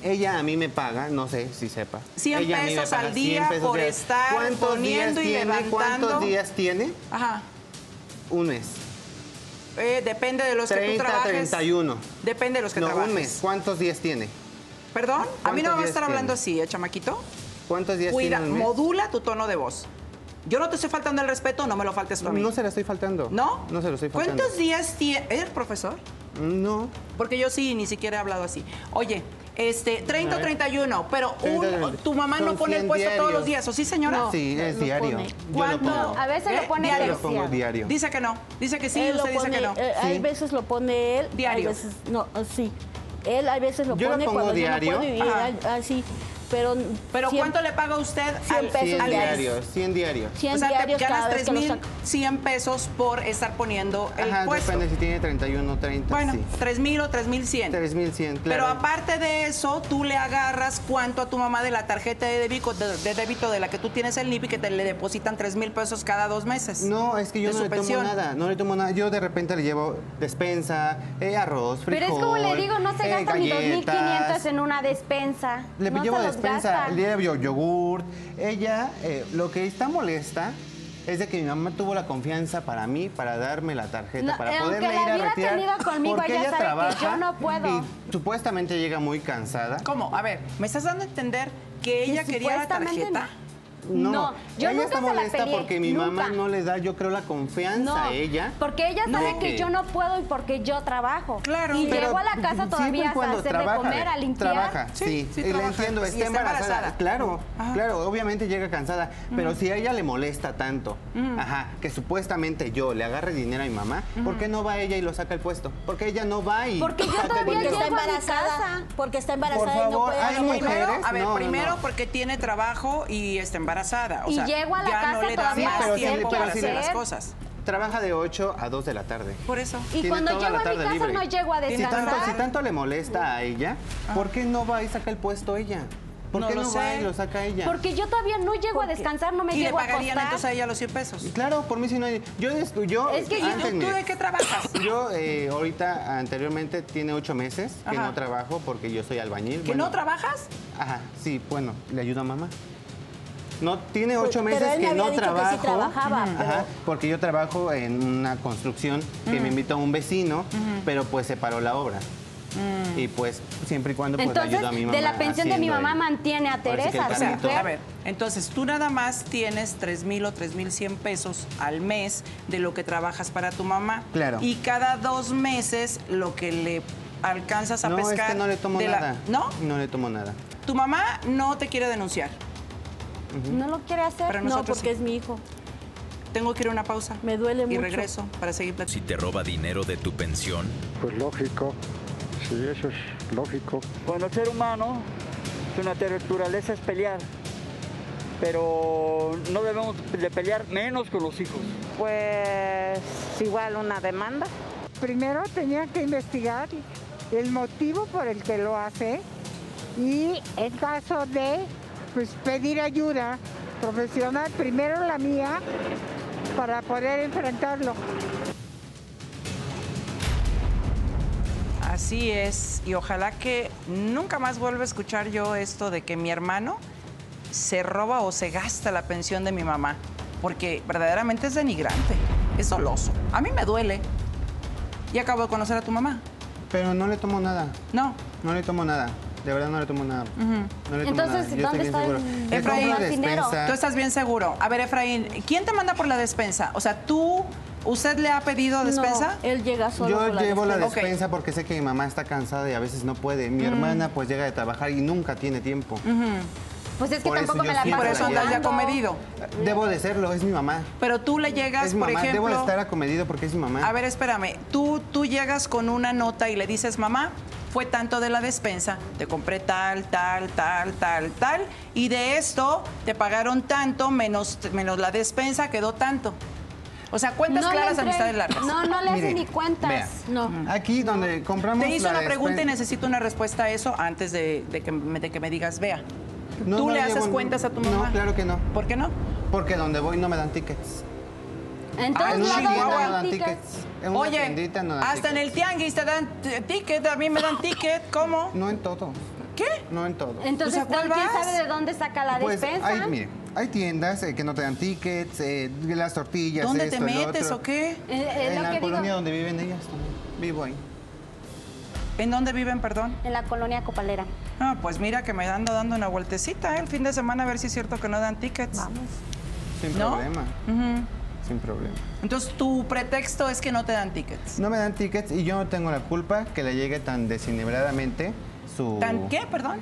S12: Ella a mí me paga, no sé si sepa.
S2: 100
S12: Ella a mí me
S2: pesos
S12: paga
S2: al
S12: 100
S2: día
S12: pesos
S2: por
S12: diarios.
S2: estar
S12: ¿Cuántos
S2: poniendo
S12: días
S2: y
S12: tiene?
S2: levantando?
S12: ¿Cuántos días tiene?
S2: Ajá.
S12: Un mes.
S2: Eh, depende de los que tú
S12: 30,
S2: trabajes.
S12: 31.
S2: Depende de los que
S12: No,
S2: trabajes.
S12: un mes. ¿Cuántos días tiene?
S2: Perdón, a mí
S12: ¿Cuántos
S2: no me va a
S12: días
S2: estar hablando
S12: tienes?
S2: así, ¿eh, chamaquito?
S12: ¿Cuántos días
S2: Cuida,
S12: tiene un mes?
S2: modula tu tono de voz. Yo no te estoy faltando el respeto, no me lo faltes tú a mí.
S12: No se la estoy faltando.
S2: ¿No?
S12: No se lo estoy faltando.
S2: ¿Cuántos días tiene? ¿Eres profesor?
S12: No.
S2: Porque yo sí, ni siquiera he hablado así. Oye, este, 30 o
S12: A ver.
S2: 31, pero
S12: 30,
S2: un-
S12: 30.
S2: tu mamá no
S12: Son
S2: pone el
S12: 100
S2: puesto todos los
S12: diarios.
S2: días, ¿o sí, señora?
S12: No, Sí, es lo diario. pone. Yo lo
S2: ¿Cuánto?
S12: pongo.
S9: A veces lo pone
S2: diario.
S12: Yo lo pongo diario.
S2: Dice que no, dice que sí,
S9: Él lo
S2: usted dice que
S9: pone,
S2: no.
S9: eh, Hay veces lo pone él.
S2: Diario.
S9: Hay veces, no, eh, sí. Él hay veces lo
S2: Yo lo
S9: pone
S2: pongo
S9: cuando yo
S2: diario.
S9: no puedo vivir,
S2: Ajá.
S9: ay, así. pero...
S2: ¿Pero
S9: cien-
S2: cuánto le paga usted al,
S9: 100 pesos
S2: al mes?
S12: diarios, 100 diarios. Pues
S2: o sea, te
S9: diarios
S2: ganas
S9: cada vez que lo
S2: 3.100 pesos por estar poniendo el
S12: Ajá,
S2: puesto.
S12: depende si tiene 31 o 30.
S2: Bueno,
S12: sí.
S2: 3.000 o 3.100.
S12: 3.100,
S2: Pero
S12: claro.
S2: aparte de eso, tú le agarras cuánto a tu mamá de la tarjeta de débito de, de débito de la que tú tienes el NIP y que te le depositan 3.000 pesos cada dos meses.
S12: No, es que yo no le tomo nada, no le tomo nada. Yo de repente le llevo despensa, eh, arroz, frijol.
S3: Pero es como le digo, no se
S12: eh,
S3: gastan ni
S12: galletas.
S3: 2.500 en una despensa.
S12: Le
S3: no
S12: llevo
S3: se los
S12: despensa,
S3: gasta.
S12: le llevo yogurt. Ella, eh, lo que está molesta es de que mi mamá tuvo la confianza para mí, para darme la tarjeta,
S3: No,
S12: para
S3: aunque
S12: poderle
S3: la
S12: ir a
S3: hubiera
S12: retirar.
S3: tenido conmigo,
S12: porque
S3: ella
S12: ella
S3: sabe que
S12: trabaja
S3: yo no puedo.
S12: Y supuestamente llega muy cansada.
S2: ¿Cómo? A ver, ¿me estás dando a entender que ella quería la
S3: supuestamente
S2: tarjeta?
S12: No,
S3: No, yo
S12: ella
S3: nunca
S12: está
S3: se la
S12: molesta
S3: peleé,
S12: porque mi mamá
S3: nunca.
S12: no le da, yo creo, la confianza
S3: No,
S12: a ella.
S3: Porque ella
S12: No.
S3: sabe
S12: De
S3: que
S12: que-
S3: yo no puedo y porque yo trabajo.
S2: Claro.
S3: Y
S12: Pero
S3: llego a la casa
S12: siempre
S3: todavía
S12: y cuando
S3: a hacer
S12: trabaja, eh,
S3: de comer, a limpiar.
S12: Trabaja, sí.
S2: sí
S12: y la
S2: trabaja.
S12: entiendo,
S2: Y
S12: está,
S2: está
S12: embarazada.
S2: embarazada.
S12: Claro,
S2: Ajá.
S12: claro, obviamente llega cansada. Pero
S2: Ujú.
S12: si a ella le molesta tanto,
S2: Mm.
S12: ajá, que supuestamente yo le agarre dinero a mi mamá, ¿por qué no va ella y lo saca el puesto? Porque ella no va y.
S11: Porque yo
S12: saca el
S11: todavía
S12: dinero.
S11: llego a mi Embarazada, Porque está embarazada
S12: Por favor,
S11: y no puede
S12: hay
S11: no puede-
S12: mujeres-
S2: Primero, a ver,
S12: No, no,
S2: primero
S12: no.
S2: porque tiene trabajo y está embarazada. O
S3: Y
S2: sea,
S3: llego a la
S2: ya
S3: casa
S2: no le da
S3: todavía
S2: más
S3: a hacer
S2: tiempo
S3: por
S2: para hacer
S3: hacer.
S2: las cosas.
S12: Trabaja de 8 a 2 de la tarde.
S2: Por eso.
S3: Y
S12: Tiene
S3: cuando
S12: toda
S3: llego a
S12: la
S3: mi
S12: tarde
S3: casa
S12: libre.
S3: no llego a
S12: Si tanto, si
S3: descansar.
S12: tanto le molesta a ella, ¿por qué no va y saca el puesto ella? ¿Por
S2: Ah. No
S12: qué
S2: lo
S12: no va
S2: sé.
S12: y lo saca ella?
S3: Porque yo todavía no llego a descansar, no me
S2: ¿Y le
S3: llego a acostar.
S2: pagarían entonces a ella los 100 pesos?
S12: Claro, por mí si no hay... Yo, des- yo
S3: Es que yo-
S12: antes,
S3: ¿tú- tú
S12: mira,
S2: ¿Tú de qué trabajas?
S12: Yo eh, ahorita anteriormente tiene ocho meses que
S2: Ajá.
S12: no trabajo porque yo soy albañil.
S2: ¿Que no trabajas?
S12: Ajá, sí, bueno, le ayudo a mamá. No, tiene
S11: Pues,
S12: ocho
S11: pero
S12: meses
S11: él me
S12: que
S11: había
S12: no
S11: dicho que sí
S12: trabajo.
S11: trabajaba,
S12: Ajá,
S11: pero-
S12: porque yo trabajo en una construcción que
S11: Ujú.
S12: me invitó un vecino,
S3: Ujú.
S12: pero pues se paró la obra.
S2: Mm.
S12: Y pues siempre y cuando pues, le
S3: Entonces,
S12: ayudo a mi mamá.
S3: de la pensión de mi
S12: haciendo
S3: mamá
S12: el-
S3: mantiene a
S12: Ahora sí que el
S3: Teresa. su
S12: carrito.
S3: mujer.
S2: A ver, entonces tú nada más tienes 3.000 o 3.100 pesos al mes de lo que trabajas para tu mamá.
S12: Claro.
S2: Y cada dos meses lo que le alcanzas a
S12: No,
S2: pescar.
S12: es que no le tomo
S2: de la-
S12: nada.
S2: ¿No?
S12: No le tomo nada.
S2: Tu mamá no te quiere denunciar.
S3: No lo quiere hacer.
S2: Pero
S9: No,
S2: nosotros
S9: porque
S2: sí.
S9: es mi hijo.
S2: Tengo que ir a una pausa.
S9: Me duele
S2: Y
S9: mucho.
S2: regreso para seguir platicando.
S1: Si te roba dinero de tu pensión,
S6: Pues lógico, sí, eso es lógico.
S13: Cuando el ser humano, su naturaleza es pelear, pero no debemos de pelear menos con los hijos.
S10: Pues igual una demanda. Primero tenía que investigar el motivo por el que lo hace y en caso de pues, pedir ayuda profesional, primero la mía, para poder enfrentarlo.
S2: Así es, y ojalá que nunca más vuelva a escuchar yo esto de que mi hermano se roba o se gasta la pensión de mi mamá, porque verdaderamente es denigrante, es doloso. A mí me duele. Y acabo de conocer a tu mamá.
S12: Pero no le tomo nada.
S2: No.
S12: No le tomo nada. De verdad no le tomo nada. No le tomo
S2: Entonces,
S12: nada.
S2: ¿dónde
S12: Yo estoy bien
S2: está
S12: seguro.
S2: el-
S12: Le compro
S2: Efraín,
S12: una
S2: el
S12: despensa.
S2: Tú estás bien seguro. A ver, Efraín, ¿quién te manda por la despensa? O sea, tú, ¿usted le ha pedido
S9: No,
S2: despensa?
S9: él llega
S12: Yo llevo la
S2: Ok.
S12: despensa porque sé que mi mamá está cansada y a veces no puede. Mi
S2: Mm.
S12: hermana pues llega de trabajar y nunca tiene tiempo.
S3: Pues es que
S12: Por eso
S3: tampoco
S12: yo
S3: me la
S12: siempre
S3: paso
S12: la
S2: Por eso andas ya
S12: llevo.
S2: comedido.
S12: Debo de serlo, es mi mamá.
S2: Pero tú le llegas,
S12: Es mi
S2: por
S12: mamá,
S2: ejemplo...
S12: debo de estar acomedido porque es mi mamá.
S2: A ver, espérame. Tú, tú llegas con una nota y le dices, mamá, fue tanto de la despensa, te compré tal, tal, tal, tal, tal, y de esto te pagaron tanto, menos, menos la despensa quedó tanto. O sea, cuentas
S3: No le
S2: claras,
S3: entré-
S2: amistades largas.
S3: No, no le hace
S12: Mire,
S3: ni cuentas.
S12: vea. Mm.
S3: No.
S12: Aquí donde compramos
S2: Te hice
S12: la
S2: una pregunta y
S12: despensa-
S2: necesito una respuesta a eso antes de, de que, me, de que me digas, vea.
S12: No,
S2: ¿Tú
S12: no
S2: le
S12: llevo-
S2: haces cuentas a tu
S12: no,
S2: mamá?
S12: claro que no.
S2: ¿Por qué no?
S12: Porque donde voy no me dan tickets.
S2: Ah,
S12: en una
S2: Chihuahua.
S12: tienda no dan tickets. En una
S2: Oye,
S12: tiendita no dan
S2: hasta en el tianguis te dan t- ticket, a mí me dan ticket, ¿cómo?
S12: No en todo.
S2: ¿Qué?
S12: No en todo.
S3: Entonces,
S2: O sea, ¿cuál
S3: ¿quién
S2: vas?
S3: sabe de dónde saca la
S12: Pues
S3: despensa?
S12: hay, mire, hay tiendas eh, que no te dan tickets, eh, las tortillas,
S2: ¿Dónde
S12: esto,
S2: te
S12: lo
S2: metes
S12: otro.
S2: o qué?
S3: Eh,
S12: en la colonia donde viven ellas también. Vivo ahí.
S2: ¿En dónde viven, perdón?
S3: En la colonia Copalera.
S2: Ah, pues mira que me ando dando una vueltecita ¿eh? el fin de semana a ver si es cierto que no dan tickets. Vamos.
S12: Sin
S2: ¿No?
S12: problema. Sin problema.
S2: Entonces tu pretexto es que no te dan tickets.
S12: No me dan tickets y yo no tengo la culpa que le llegue tan desinveladamente su.
S2: ¿Tan qué, perdón?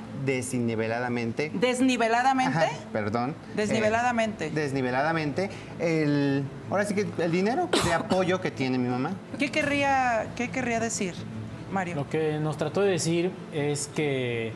S12: Desinveladamente.
S2: Desniveladamente.
S12: Ajá, perdón.
S2: Desniveladamente.
S12: Eh, desniveladamente. El, ahora sí que el dinero de apoyo que tiene mi mamá.
S2: ¿Qué querría, qué querría decir, Mario?
S5: Lo que nos trató de decir es que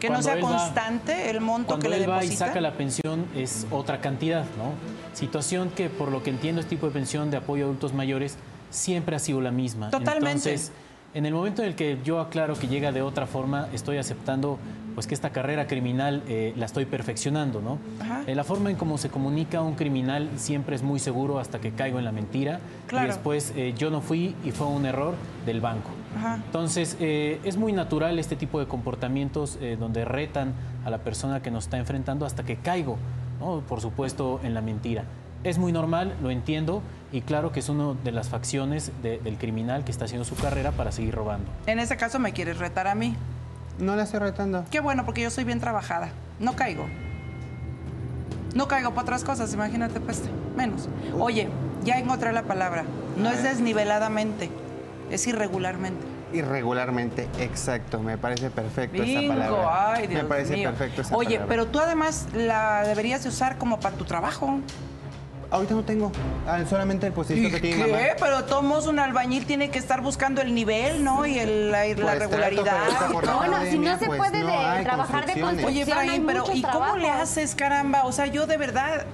S2: Que no
S5: Cuando
S2: sea
S5: él va-
S2: constante el monto que
S5: Cuando
S2: le
S5: él va y
S2: deposita.
S5: saca la pensión es otra cantidad, ¿no? Situación que por lo que entiendo este tipo de pensión de apoyo a adultos mayores siempre ha sido la misma.
S2: Totalmente.
S5: Entonces, en el momento en el que yo aclaro que llega de otra forma, estoy aceptando pues que esta carrera criminal eh, la estoy perfeccionando, ¿no?
S2: Ajá.
S5: Eh, la forma en cómo se comunica un criminal siempre es muy seguro hasta que caigo en la mentira
S2: Claro.
S5: y después eh, yo no fui y fue un error del banco.
S2: Ajá.
S5: Entonces, eh, es muy natural este tipo de comportamientos eh, donde retan a la persona que nos está enfrentando hasta que caigo, ¿no? por supuesto, en la mentira. Es muy normal, lo entiendo, y claro que es una de las facciones de- del criminal que está haciendo su carrera para seguir robando.
S2: En ese caso me quieres retar a mí.
S12: No la estoy retando.
S2: Qué bueno, porque yo soy bien trabajada. No caigo. No caigo para otras cosas, imagínate, pues, menos. Oye, ya encontré la palabra. No
S12: A
S2: es
S12: ver.
S2: desniveladamente, es irregularmente.
S12: Irregularmente, exacto. Me parece perfecto esa
S2: Bingo,
S12: palabra.
S2: ay, Dios
S12: me parece
S2: mío.
S12: perfecto esa
S2: Oye,
S12: palabra.
S2: pero tú además la deberías de usar como para tu trabajo.
S12: Ahorita no tengo. Ah, solamente el puestito que tiene mi mamá.
S2: ¿Qué? Pero tomos un albañil tiene que estar buscando el nivel, ¿no? Y el- la, la
S12: Pues, trato, pero
S2: regularidad.
S12: esta jornada No, no, de si no mía, se pues, puede no de hay trabajar de construcciones.
S2: Oye,
S12: construcción,
S2: Efraín,
S12: hay
S2: pero
S12: muchos
S2: ¿y cómo le
S12: trabajos.
S2: haces, caramba? O sea, yo de verdad.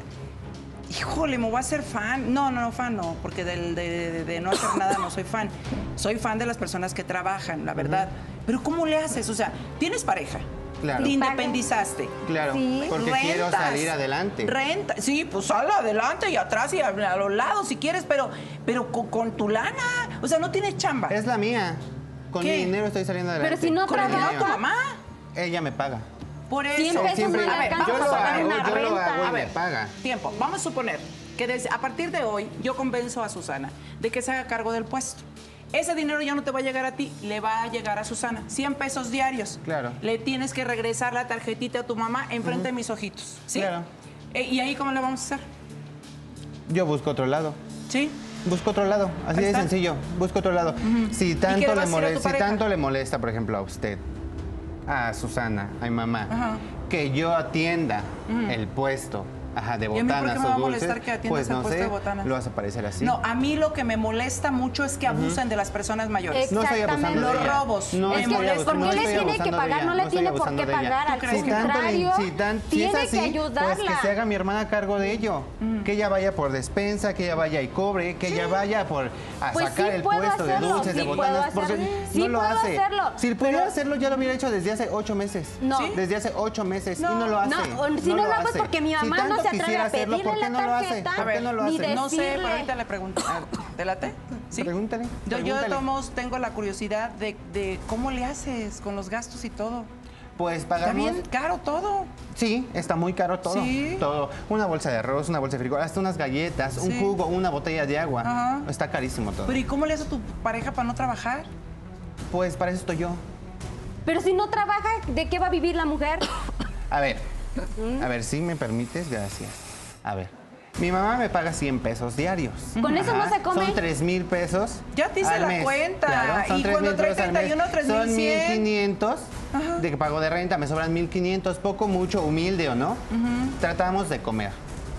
S2: Híjole, me voy a hacer fan. No, no, no, fan no, porque del- de, de- de no hacer nada no soy fan. Soy fan de las personas que trabajan, la verdad. Pero ¿cómo le haces? O sea, tienes pareja.
S12: Claro.
S2: Te
S12: Y pagas.
S2: independizaste.
S12: Claro, Sí. porque quiero salir adelante.
S2: Renta, sí, pues sal adelante y atrás y a, a los lados si quieres, pero, pero con, con tu lana. O sea, no tienes chamba. Es
S12: la mía. Con mi dinero estoy saliendo adelante.
S2: Con el dinero de tu
S12: trabaja,
S2: mamá.
S12: Ella me paga.
S2: Por eso.
S12: Siempre pesos Siempre- no le
S2: a ver,
S12: alcanza
S2: vamos a
S12: para
S2: poner
S12: pagar
S2: una
S12: una Yo lo
S2: renta.
S12: hago y
S2: A
S12: me
S2: ver,
S12: paga.
S2: Tiempo. Vamos a suponer que desde- a partir de hoy yo convenzo a Susana de que se haga cargo del puesto. Ese dinero ya no te va a llegar a ti, le va a llegar a Susana. 100 pesos diarios.
S12: Claro.
S2: Le tienes que regresar la tarjetita a tu mamá enfrente de mis ojitos. ¿Sí?
S12: Claro.
S2: Eh, ¿Y ahí cómo le vamos a hacer?
S12: Yo busco otro lado.
S2: ¿Sí?
S12: Busco otro lado, así
S2: Ahí
S12: de
S2: está.
S12: sencillo. Busco otro lado.
S2: qué
S12: Si
S2: le
S12: tanto
S2: vas a
S12: le
S2: decir a tu
S12: molesta, si
S2: pareja?
S12: tanto le molesta, por ejemplo, a usted, a Susana, a mi mamá,
S2: Ajá.
S12: que yo atienda
S2: Ujú.
S12: el puesto ajá, de
S2: ¿Y a mí por qué
S12: botanas
S2: me va a
S12: o dulces,
S2: molestar que atiendas
S12: pues
S2: el
S12: no
S2: puesto
S12: sé,
S2: de botanas?
S12: lo vas a parecer así.
S2: No, a mí lo que me molesta mucho es que abusan de las personas mayores.
S12: No estoy abusando de
S2: Los
S12: ella.
S2: robos.
S12: No
S2: me
S12: estoy
S2: molesta
S12: abusando- no
S2: mucho.
S12: estoy abusando de ella, estoy abusando de ella.
S2: ¿Tú crees
S12: Si
S2: que-
S12: tanto le-
S3: contrario,
S12: si tan- si
S3: tiene que
S12: es así, Pues
S3: ayudarla. Mm.
S12: que se haga mi hermana a cargo de ello. Que ella vaya por despensa, que ella vaya y cobre, que ella vaya por a
S3: Pues
S12: sacar
S3: sí
S12: el
S3: puedo
S12: puesto de
S3: hacerlo,
S12: dulces, de
S3: sí
S12: botanas.
S3: puedo
S12: porque
S3: hacerlo.
S12: no
S3: Sí
S12: lo
S3: puedo
S12: hace.
S3: hacerlo,
S12: Si pudiera hacerlo, ya lo hubiera hecho desde hace ocho meses.
S3: No. ¿Sí?
S12: Desde hace ocho meses. y no lo hace.
S3: No, o- si no, lo hago es
S12: hace.
S3: porque mi
S12: Si
S3: mamá no
S12: tanto
S3: se atreve
S12: quisiera
S3: a
S12: hacerlo,
S3: pedirle
S12: ¿por qué
S3: la
S12: no lo hace?
S3: tarjeta.
S12: ¿Por qué no lo
S3: ni
S12: hace?
S2: No sé,
S3: decirle.
S2: pero ahorita le pregunto. ¿Te late? Sí.
S12: Pregúntale.
S2: Yo, yo de
S12: pregúntale.
S2: todos modos tengo la curiosidad de, de cómo le haces con los gastos y todo.
S12: Pues
S2: Está
S12: pagamos.
S2: bien caro todo.
S12: Sí, está muy caro todo.
S2: Sí.
S12: Todo. Una bolsa de arroz, una bolsa de frijol, hasta unas galletas,
S2: Sí.
S12: un jugo, una botella de agua.
S2: Ajá.
S12: Está carísimo todo.
S2: Pero ¿y cómo le haces a tu pareja para no trabajar?
S12: Pues para eso estoy yo.
S3: Pero si no trabaja, ¿de qué va a vivir la mujer? ¿Mm?
S12: A ver, a ver, si me permites, gracias. A ver. Mi mamá me paga 100 pesos diarios.
S3: Con eso no se come.
S12: Son 3 mil pesos.
S2: Ya te hice
S12: al
S2: la
S12: mes.
S2: cuenta.
S12: Claro, son
S2: Y
S12: 3,000
S2: cuando trae
S12: pesos al mes.
S2: 31, 3,100.
S12: Son 1500 de que pago de renta. Me sobran 1500. Poco, mucho, humilde o no.
S2: Ujú.
S12: Tratamos de comer.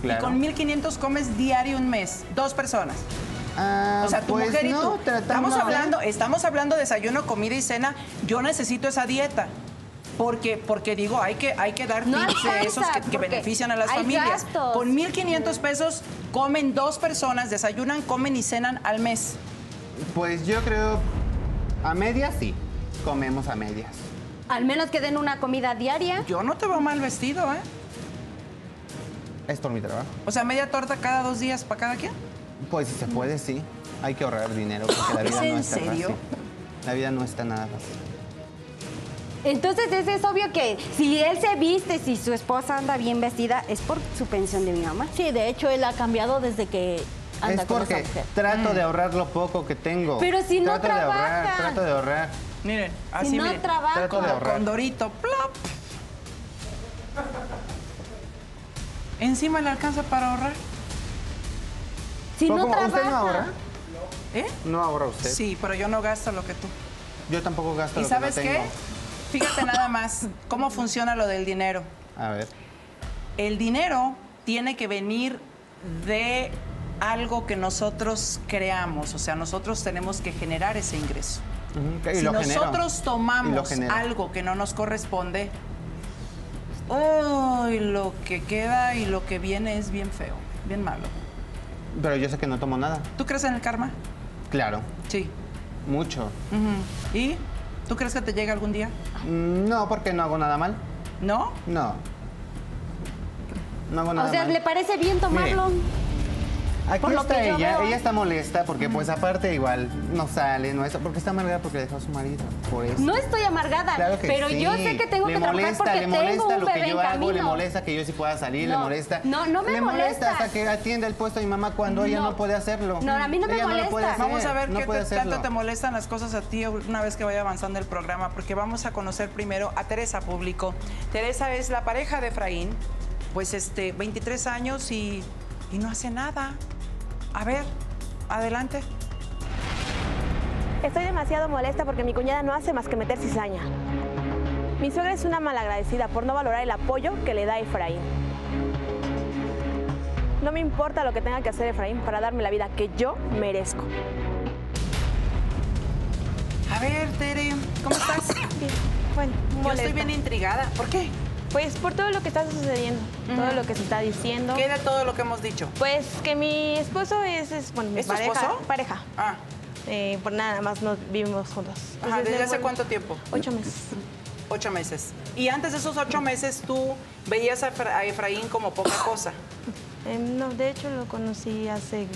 S12: Claro.
S2: Y con 1500 comes diario un mes, dos personas. o sea, tu
S12: pues
S2: mujer y
S12: no,
S2: tú. Estamos
S12: de-
S2: hablando, estamos hablando de desayuno, comida y cena. Yo necesito esa dieta. Porque, porque digo, hay que, hay que dar
S3: No
S2: tips de
S3: alcanza,
S2: esos que- que,
S3: porque
S2: benefician a las
S3: hay
S2: familias.
S3: gastos. Mm.
S2: Con 1.500 pesos comen dos personas, desayunan, comen y cenan al mes.
S12: Pues yo creo a medias sí. Comemos a medias.
S3: Al menos que den una comida diaria.
S2: Yo no te veo mal vestido, ¿eh?
S12: Es por mi trabajo.
S2: O sea, media torta cada dos días para cada quien.
S12: Pues si se puede, sí. Hay que ahorrar dinero porque la
S2: ¿Es
S12: vida
S2: en
S12: no está
S2: serio?
S12: fácil. La vida no está nada fácil.
S3: Entonces es, es obvio que si él se viste, si su esposa anda bien vestida, es por su pensión de mi mamá.
S9: Sí, de hecho él ha cambiado desde que anda
S12: es
S9: con esa
S12: porque
S9: mujer.
S12: trato
S3: Mm.
S2: Mm.
S12: de ahorrar lo poco que tengo.
S9: Pero si no
S12: trato de ahorrar,
S9: trabaja.
S12: trato de ahorrar.
S2: Miren,
S12: así, no miren. trabajo. Trato de
S2: Como
S12: ahorrar.
S2: condorito, plop. Encima le alcanza para ahorrar.
S3: Si
S12: no ¿Cómo? ¿Usted no trabaja. ahorra?
S2: ¿Eh?
S12: No ahorra usted.
S2: Sí, pero yo no gasto lo que tú.
S12: Yo tampoco gasto
S2: ¿Y
S12: lo que no
S2: sabes
S12: tengo.
S2: qué? Fíjate nada más cómo funciona lo del dinero.
S12: A ver.
S2: El dinero tiene que venir de algo que nosotros creamos, o sea, nosotros tenemos que generar ese ingreso.
S12: Ujú, y
S2: si
S12: lo genero.
S2: nosotros
S12: Y lo
S2: tomamos
S12: genero.
S2: algo que no nos corresponde, Uy, lo que queda y lo que viene es bien feo, bien malo.
S12: Pero yo sé que no tomo nada.
S2: ¿Tú crees en el karma?
S12: Claro.
S2: Sí.
S12: Mucho.
S2: Ujú. ¿Y? ¿Tú crees que te llegue algún día?
S12: Mm, No, porque no hago nada mal.
S2: ¿No?
S12: No. No hago nada pues,
S4: O sea,
S12: mal.
S4: ¿le parece bien tomarlo?
S12: Aquí
S4: por lo
S12: está
S4: que yo
S12: ella,
S4: veo-
S12: ella está molesta porque pues aparte igual no sale, no es, porque está amargada porque dejó a su marido, por eso.
S4: No estoy amargada,
S12: Claro que
S4: pero
S12: sí.
S4: yo sé que tengo
S12: Le
S4: que trabajar
S12: molesta,
S4: porque
S12: le
S4: tengo
S12: molesta
S4: un
S12: lo
S4: bebé
S12: que yo
S4: en
S12: hago, le
S4: camino.
S12: molesta que yo sí pueda salir, le
S4: No,
S12: molesta.
S4: no, no me
S12: le molesta.
S4: molesta.
S12: hasta que atienda el puesto de mi mamá cuando ella no puede hacerlo.
S4: No, a mí no me
S12: Ella lo puede hacer,
S2: vamos a ver
S12: no
S2: qué
S12: puede
S2: te-
S12: hacerlo.
S2: tanto te molestan las cosas a ti una vez que vaya avanzando el programa, porque vamos a conocer primero a Teresa Público. Teresa es la pareja de Efraín, pues este, 23 años y, y no hace nada. A ver, adelante.
S14: Estoy demasiado molesta porque mi cuñada no hace más que meter cizaña. Mi suegra es una malagradecida por no valorar el apoyo que le da Efraín. No me importa lo que tenga que hacer Efraín para darme la vida que yo merezco.
S2: A ver, Tere, ¿cómo estás?
S14: Bueno,
S2: Yo estoy bien intrigada. ¿Por qué?
S14: Pues por todo lo que está sucediendo, todo
S2: Ujú.
S14: lo que se está diciendo.
S2: ¿Qué de todo lo que hemos dicho?
S14: Pues que mi esposo es, es, bueno, mi
S2: ¿Es tu
S14: pareja.
S2: esposo?
S14: Pareja.
S2: Ah.
S14: Eh, por nada más nos vivimos juntos.
S4: Pues
S2: Ajá,
S14: Entonces,
S2: ¿Desde
S14: me
S2: hace
S14: vuelve-
S2: cuánto tiempo?
S14: Ocho meses.
S2: Ocho meses. Y antes de esos ocho meses, tú veías a Efra- a Efraín como poca cosa.
S14: Eh, no, de hecho lo conocí hace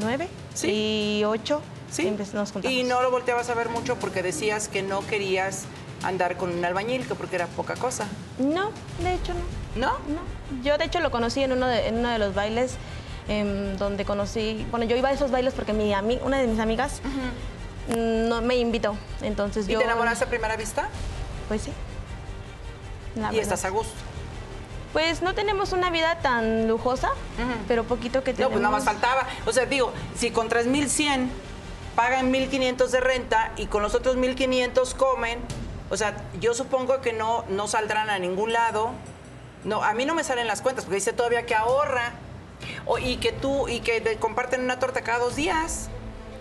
S14: nueve y ocho. Sí. Nos juntamos.
S2: Y no lo volteabas a ver mucho porque decías que no querías andar con un albañil, que porque era poca cosa.
S14: No, de hecho no.
S2: ¿No?
S14: No. Yo de hecho lo conocí en uno de, en uno de los bailes em, donde conocí, bueno, yo iba a esos bailes porque mi ami- una de mis amigas mm, no me invitó. Entonces
S2: ¿Y
S14: yo
S2: te enamoraste a primera vista?
S14: Pues sí. La
S2: y
S14: verdad.
S2: estás a gusto.
S14: Pues no tenemos una vida tan lujosa, pero poquito que
S2: No,
S14: tenemos.
S2: pues nada más faltaba. O sea, digo, si con 3100 pagan 1500 de renta y con los otros 1500 comen, o sea, yo supongo que no no saldrán a ningún lado. No, a mí no me salen las cuentas porque dice todavía que ahorra o- y que tú y que te comparten una torta cada dos días.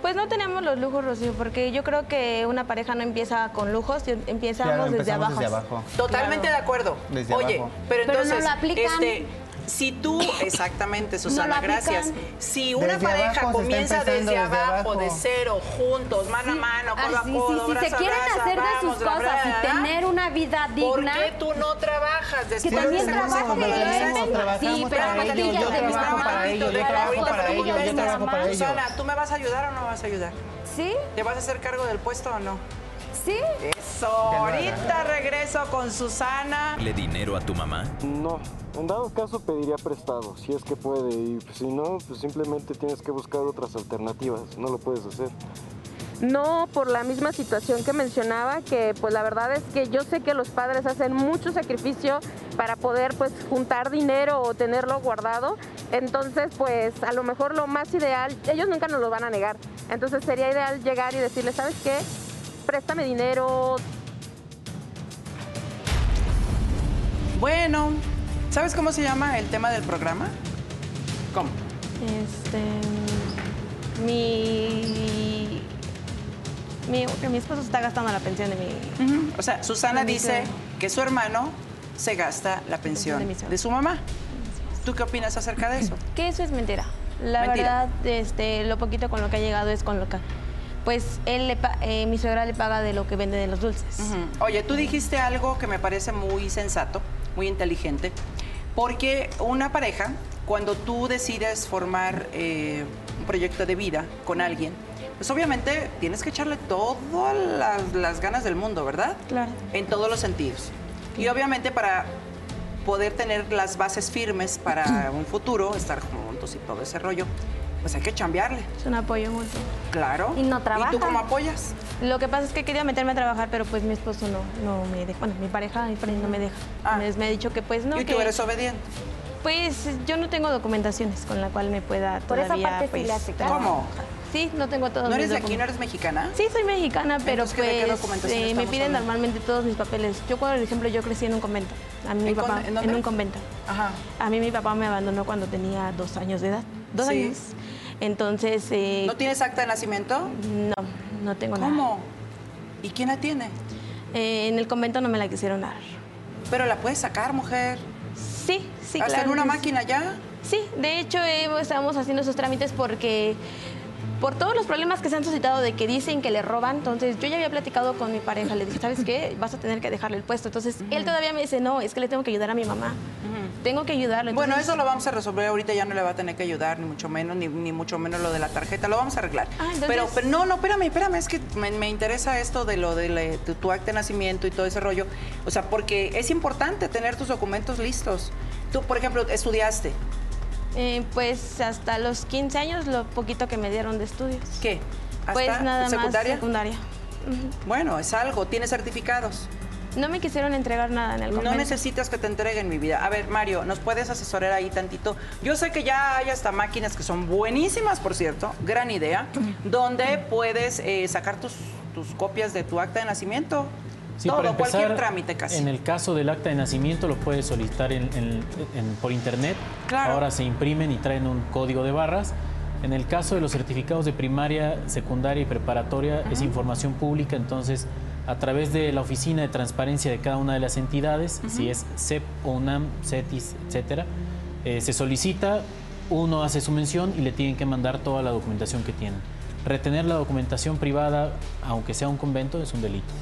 S14: Pues no tenemos los lujos, Rocío, porque yo creo que una pareja no empieza con lujos, yo- empezamos, desde abajo.
S2: Totalmente
S14: Claro.
S2: de acuerdo.
S14: Desde
S2: Oye,
S14: abajo.
S2: pero
S14: Pero no
S2: entonces,
S14: lo aplican.
S2: este, si tú, exactamente, Susana,
S14: aplican.
S2: gracias. Si una
S14: Desde
S2: pareja
S14: abajo, se está
S2: comienza desde,
S14: empezando desde
S2: abajo,
S14: abajo.
S2: de cero, juntos, mano a mano,
S4: Ah,
S2: codo a
S4: sí, sí,
S2: codo,
S4: sí,
S2: brazo
S4: se
S2: a
S4: quieren
S2: brazo,
S4: hacer de
S2: vamos,
S4: sus
S2: la
S4: cosas
S2: verdad,
S4: y
S2: ¿verdad?
S4: tener una vida digna.
S2: ¿Por qué tú no trabajas después
S4: Que también
S2: de esa cosa?
S4: trabaje,
S2: Porque
S4: ¿eh?
S2: entonces-
S4: Trabajamos Sí, pero para ello, yo
S2: Espérame,
S4: trabajo
S2: espérame
S4: para
S2: tantito,
S4: ello, yo
S2: deja,
S4: trabajo
S2: ahorita
S4: para
S2: tú
S4: ello, yo
S2: contestas.
S4: trabajo para ello.
S2: Susana, ¿tú me vas a ayudar o no me vas a ayudar?
S4: ¿Sí?
S2: ¿Te vas a hacer cargo del puesto o no?
S4: Sí.
S2: Eso.
S1: lo haga.
S2: Ahorita regreso con Susana.
S1: ¿Le dinero a tu mamá?
S7: No, en dado caso pediría prestado, si es que puede, y pues, si no, pues simplemente tienes que buscar otras alternativas, no lo puedes hacer.
S8: No, por la misma situación que mencionaba, que pues la verdad es que yo sé que los padres hacen mucho sacrificio para poder pues juntar dinero o tenerlo guardado. Entonces pues a lo mejor lo más ideal, ellos nunca nos lo van a negar. Entonces sería ideal llegar y decirles, ¿sabes qué? Préstame dinero.
S2: Bueno, ¿sabes cómo se llama el tema del programa? ¿Cómo?
S14: Este. Mi. Mi, que mi esposo se está gastando la pensión de mi.
S2: O sea, Susana
S14: Mi
S2: dice
S14: suegra.
S2: que su hermano se gasta la pensión
S14: mi
S2: de su mamá. ¿Tú qué opinas acerca de eso?
S14: Que eso es mentira. La
S2: Mentira.
S14: verdad, este, lo poquito con lo que ha llegado es con lo que. Pues él le pa- eh, mi suegra le paga de lo que vende de los dulces.
S2: Ujú. Oye, tú dijiste algo que me parece muy sensato, muy inteligente, porque una pareja, cuando tú decides formar eh, un proyecto de vida con alguien, pues obviamente tienes que echarle todas las, las ganas del mundo, ¿verdad?
S14: Claro.
S2: En todos los sentidos. Y obviamente para poder tener las bases firmes para un futuro, estar juntos y todo ese rollo, pues hay que chambearle.
S14: Es un apoyo mutuo.
S2: Claro.
S14: Y no
S2: ¿Y tú
S14: trabaja.
S2: cómo apoyas?
S14: Lo que pasa es que quería meterme a trabajar, pero pues mi esposo no, no me deja. Bueno, mi pareja, mi pareja no me deja. Me, me ha dicho que pues no.
S2: Ah. ¿Y tú
S14: que-
S2: eres obediente?
S14: Pues yo no tengo documentaciones con la cual me pueda
S2: Por esa
S14: todavía,
S2: parte sí
S14: pues,
S2: le hace caso.
S14: trabajar.
S2: ¿Cómo?
S14: Sí, no tengo todo.
S2: ¿No eres de aquí, no eres mexicana?
S14: Sí, soy mexicana, pero
S2: Entonces, ¿qué- de qué
S14: pues
S2: documentación
S14: eh, me
S2: estamos
S14: piden
S2: hablando?
S14: normalmente todos mis papeles. Yo, por ejemplo, yo crecí en un convento. A mí mi
S2: ¿En
S14: papá,
S2: con- en dónde?
S14: un convento. A mí mi papá me abandonó cuando tenía dos años de edad. Dos
S2: Sí.
S14: años. Entonces... eh,
S2: ¿No tienes acta de nacimiento?
S14: No, no tengo nada.
S2: ¿Cómo? ¿Y quién la tiene?
S14: Eh, en el convento no me la quisieron dar.
S2: Pero la puedes sacar, mujer.
S14: Sí, sí,
S2: ¿Hasta en
S14: claro.
S2: una máquina ya?
S14: Sí, de hecho eh, estamos haciendo esos trámites porque por todos los problemas que se han suscitado de que dicen que le roban, entonces yo ya había platicado con mi pareja, le dije, ¿sabes qué? Vas a tener que dejarle el puesto. Entonces él todavía me dice, no, es que le tengo que ayudar a mi mamá. Tengo que ayudarlo.
S2: Bueno,
S14: entonces-
S2: eso lo vamos a resolver ahorita, ya no le va a tener que ayudar, ni mucho menos, ni, ni mucho menos lo de la tarjeta, lo vamos a arreglar.
S14: Ah, entonces-
S2: Pero, pero no, no, espérame, espérame, es que me, me interesa esto de lo de la- tu, tu acta de nacimiento y todo ese rollo. O sea, porque es importante tener tus documentos listos. Tú, por ejemplo, estudiaste.
S14: Eh, pues hasta los 15 años, lo poquito que me dieron de estudios.
S2: ¿Qué? ¿Hasta
S14: Pues nada
S2: secundaria?
S14: más secundaria. Ujú.
S2: Bueno, es algo, tienes certificados.
S14: No me quisieron entregar nada en el
S2: No
S14: convento.
S2: necesitas que te entreguen mi vida. A ver, Mario, ¿nos puedes asesorar ahí tantito? Yo sé que ya hay hasta máquinas que son buenísimas, por cierto, gran idea, donde puedes eh, sacar tus, tus copias de tu acta de nacimiento.
S5: Sí,
S2: Todo,
S5: para empezar,
S2: cualquier trámite casi.
S5: En el caso del acta de nacimiento lo puedes solicitar en- en- en- por internet.
S2: Claro.
S5: Ahora se imprimen y traen un código de barras. En el caso de los certificados de primaria, secundaria y preparatoria es información pública, entonces a través de la oficina de transparencia de cada una de las entidades, si es CEP, UNAM, CETIS, etcétera, eh, se solicita, uno hace su mención y le tienen que mandar toda la documentación que tienen. Retener la documentación privada, aunque sea un convento, es un delito.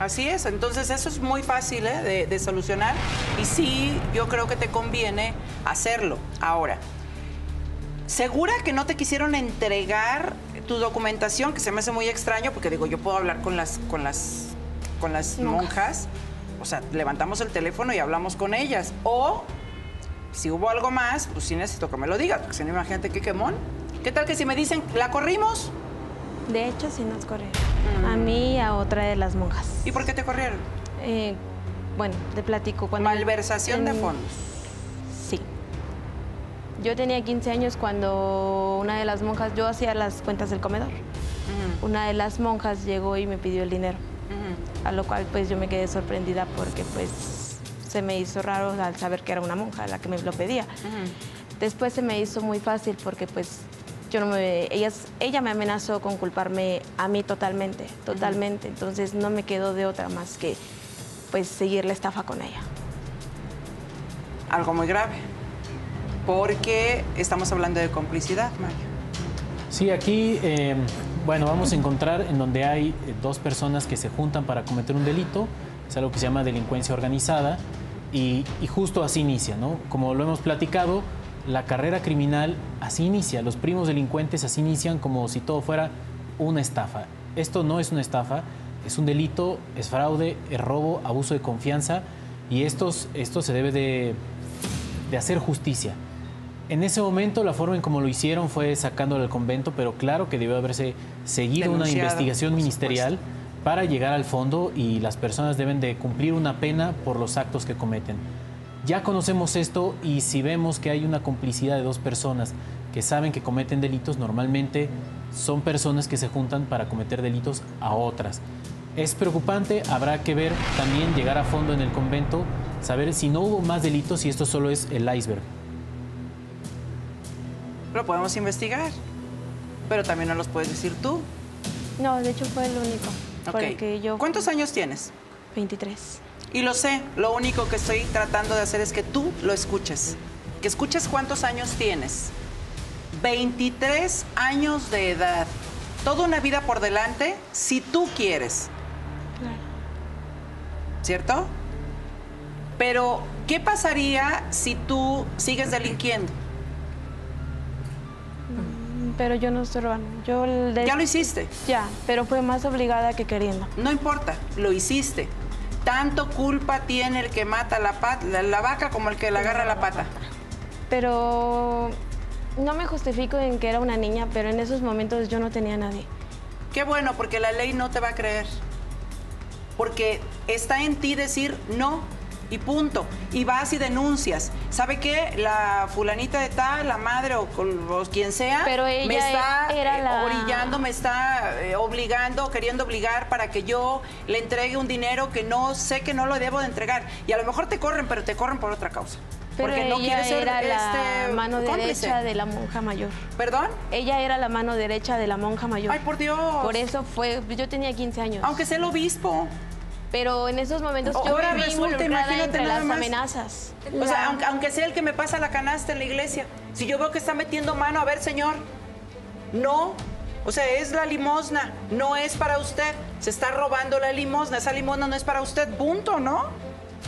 S2: Así es, entonces eso es muy fácil ¿eh? de, de solucionar y sí, yo creo que te conviene hacerlo. Ahora, ¿segura que no te quisieron entregar tu documentación? Que se me hace muy extraño porque digo, yo puedo hablar con las, con las, con las monjas, o sea, levantamos el teléfono y hablamos con ellas. O si hubo algo más, pues sí necesito que me lo digas, porque si no, imagínate qué quemón. ¿Qué tal que si me dicen, la corrimos?
S14: De hecho, sí nos corrieron.
S2: Mm.
S14: A mí y a otra de las monjas.
S2: ¿Y por qué te corrieron?
S14: Eh, bueno, te platico. Cuando
S2: Malversación de fondos.
S14: Sí. Yo tenía 15 años cuando una de las monjas, yo hacía las cuentas del comedor. Una de las monjas llegó y me pidió el dinero. A lo cual pues yo me quedé sorprendida porque pues se me hizo raro al saber que era una monja la que me lo pedía. Después se me hizo muy fácil porque pues yo no me ellas ella me amenazó con culparme a mí totalmente, totalmente, entonces no me quedó de otra más que pues seguir la estafa con ella.
S2: algo muy grave. Porque estamos hablando de complicidad, Mario.
S5: Sí, aquí, eh, bueno, vamos a encontrar en donde hay eh, dos personas que se juntan para cometer un delito, es algo que se llama delincuencia organizada, y, y justo así inicia, ¿no? Como lo hemos platicado, la carrera criminal así inicia, los primos delincuentes así inician como si todo fuera una estafa. Esto no es una estafa, es un delito, es fraude, es robo, abuso de confianza, y estos, esto se debe de, de hacer justicia. En ese momento la forma en como lo hicieron fue sacándolo del convento, pero claro que debió haberse seguido una
S15: Denunciado,
S5: investigación ministerial para llegar al fondo y las personas deben de cumplir una pena por los actos que cometen. Ya conocemos esto y si vemos que hay una complicidad de dos personas que saben que cometen delitos, normalmente son personas que se juntan para cometer delitos a otras. Es preocupante, habrá que ver también llegar a fondo en el convento, saber si no hubo más delitos y esto solo es el iceberg.
S2: Lo podemos investigar. Pero también no los puedes decir tú.
S14: No, de hecho fue el único.
S2: Ok. ¿Cuántos años tienes?
S14: 23.
S2: Y lo sé, lo único que estoy tratando de hacer es que tú lo escuches. Que escuches cuántos años tienes. 23 años de edad. Toda una vida por delante si tú quieres. ¿Cierto? Pero, ¿qué pasaría si tú sigues delinquiendo?
S14: Mm, Pero yo no estoy robando. Yo
S2: Ya lo hiciste.
S14: Ya, pero fue más obligada que queriendo.
S2: No importa, lo hiciste. Tanto culpa tiene el que mata la, pat- la- la vaca como el que le agarra la pata.
S14: Pero no me justifico en que era una niña, pero en esos momentos yo no tenía a nadie.
S2: Qué bueno, porque la ley no te va a creer. Porque está en ti decir no y punto. Y vas y denuncias. ¿Sabe qué? La fulanita de tal, la madre o, con- o quien sea,
S14: Pero ella
S2: me está
S14: era
S2: eh,
S14: la-
S2: orillando, me está eh, obligando, queriendo obligar para que yo le entregue un dinero que no sé que no lo debo de entregar. Y a lo mejor te corren, pero te corren por otra causa.
S14: Pero
S2: porque no
S14: ella
S2: quieres ser
S14: era la
S2: este,
S14: mano
S2: cómplice.
S14: derecha de la monja mayor.
S2: ¿Perdón?
S14: Ella era la mano derecha de la monja mayor.
S2: Ay, por Dios.
S14: Por eso fue, yo tenía 15 años.
S2: Aunque sea el obispo.
S14: Pero en esos momentos yo
S2: Ahora
S14: me vi
S2: resulta,
S14: involucrada
S2: imagínate
S14: entre
S2: nada
S14: las
S2: más.
S14: amenazas.
S2: O sea, aunque, aunque sea el que me pasa la canasta en la iglesia, si yo veo que está metiendo mano, a ver, señor, no. O sea, es la limosna, no es para usted. Se está robando la limosna, esa limosna no es para usted, punto, ¿no?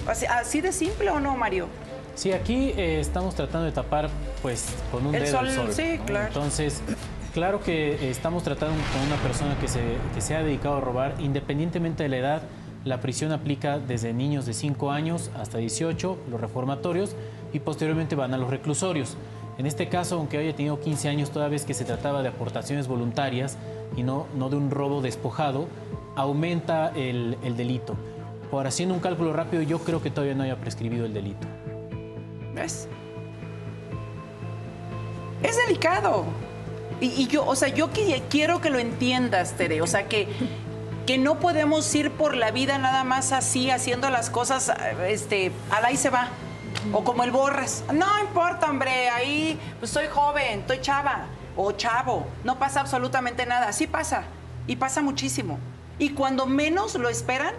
S2: Así, así de simple o no, Mario.
S5: Sí, aquí eh, estamos tratando de tapar, pues, con un
S2: El
S5: dedo el
S2: sol,
S5: sol.
S2: sí, claro.
S5: Entonces, claro que eh, estamos tratando con una persona que se, que se ha dedicado a robar, independientemente de la edad. La prisión aplica desde niños de 5 años hasta 18, los reformatorios, y posteriormente van a los reclusorios. En este caso, aunque haya tenido 15 años, toda vez que se trataba de aportaciones voluntarias y no, no de un robo despojado, aumenta el, el delito. Por haciendo un cálculo rápido, yo creo que todavía no haya prescribido el delito.
S2: ¿Ves? Es delicado. Y, y yo, o sea, yo qui- quiero que lo entiendas, Tere. O sea, que, que no podemos ir por la vida nada más así, haciendo las cosas, este, al ahí se va. O como el borras. No importa, hombre, ahí pues soy joven, estoy chava o chavo. No pasa absolutamente nada. Sí pasa. Y pasa muchísimo. Y cuando menos lo esperan,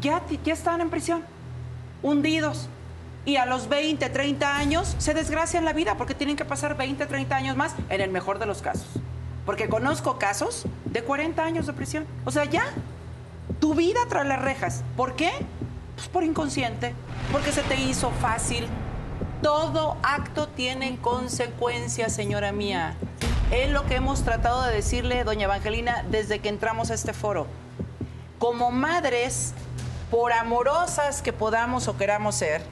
S2: ya, ti- ya están en prisión hundidos. Y a los 20, 30 años se desgracian la vida porque tienen que pasar 20, 30 años más en el mejor de los casos. Porque conozco casos de 40 años de prisión. O sea, ya, tu vida tras las rejas. ¿Por qué? Pues por inconsciente, porque se te hizo fácil. Todo acto tiene consecuencias, señora mía. Es lo que hemos tratado de decirle, doña Evangelina, desde que entramos a este foro como madres, por amorosas que podamos o queramos ser,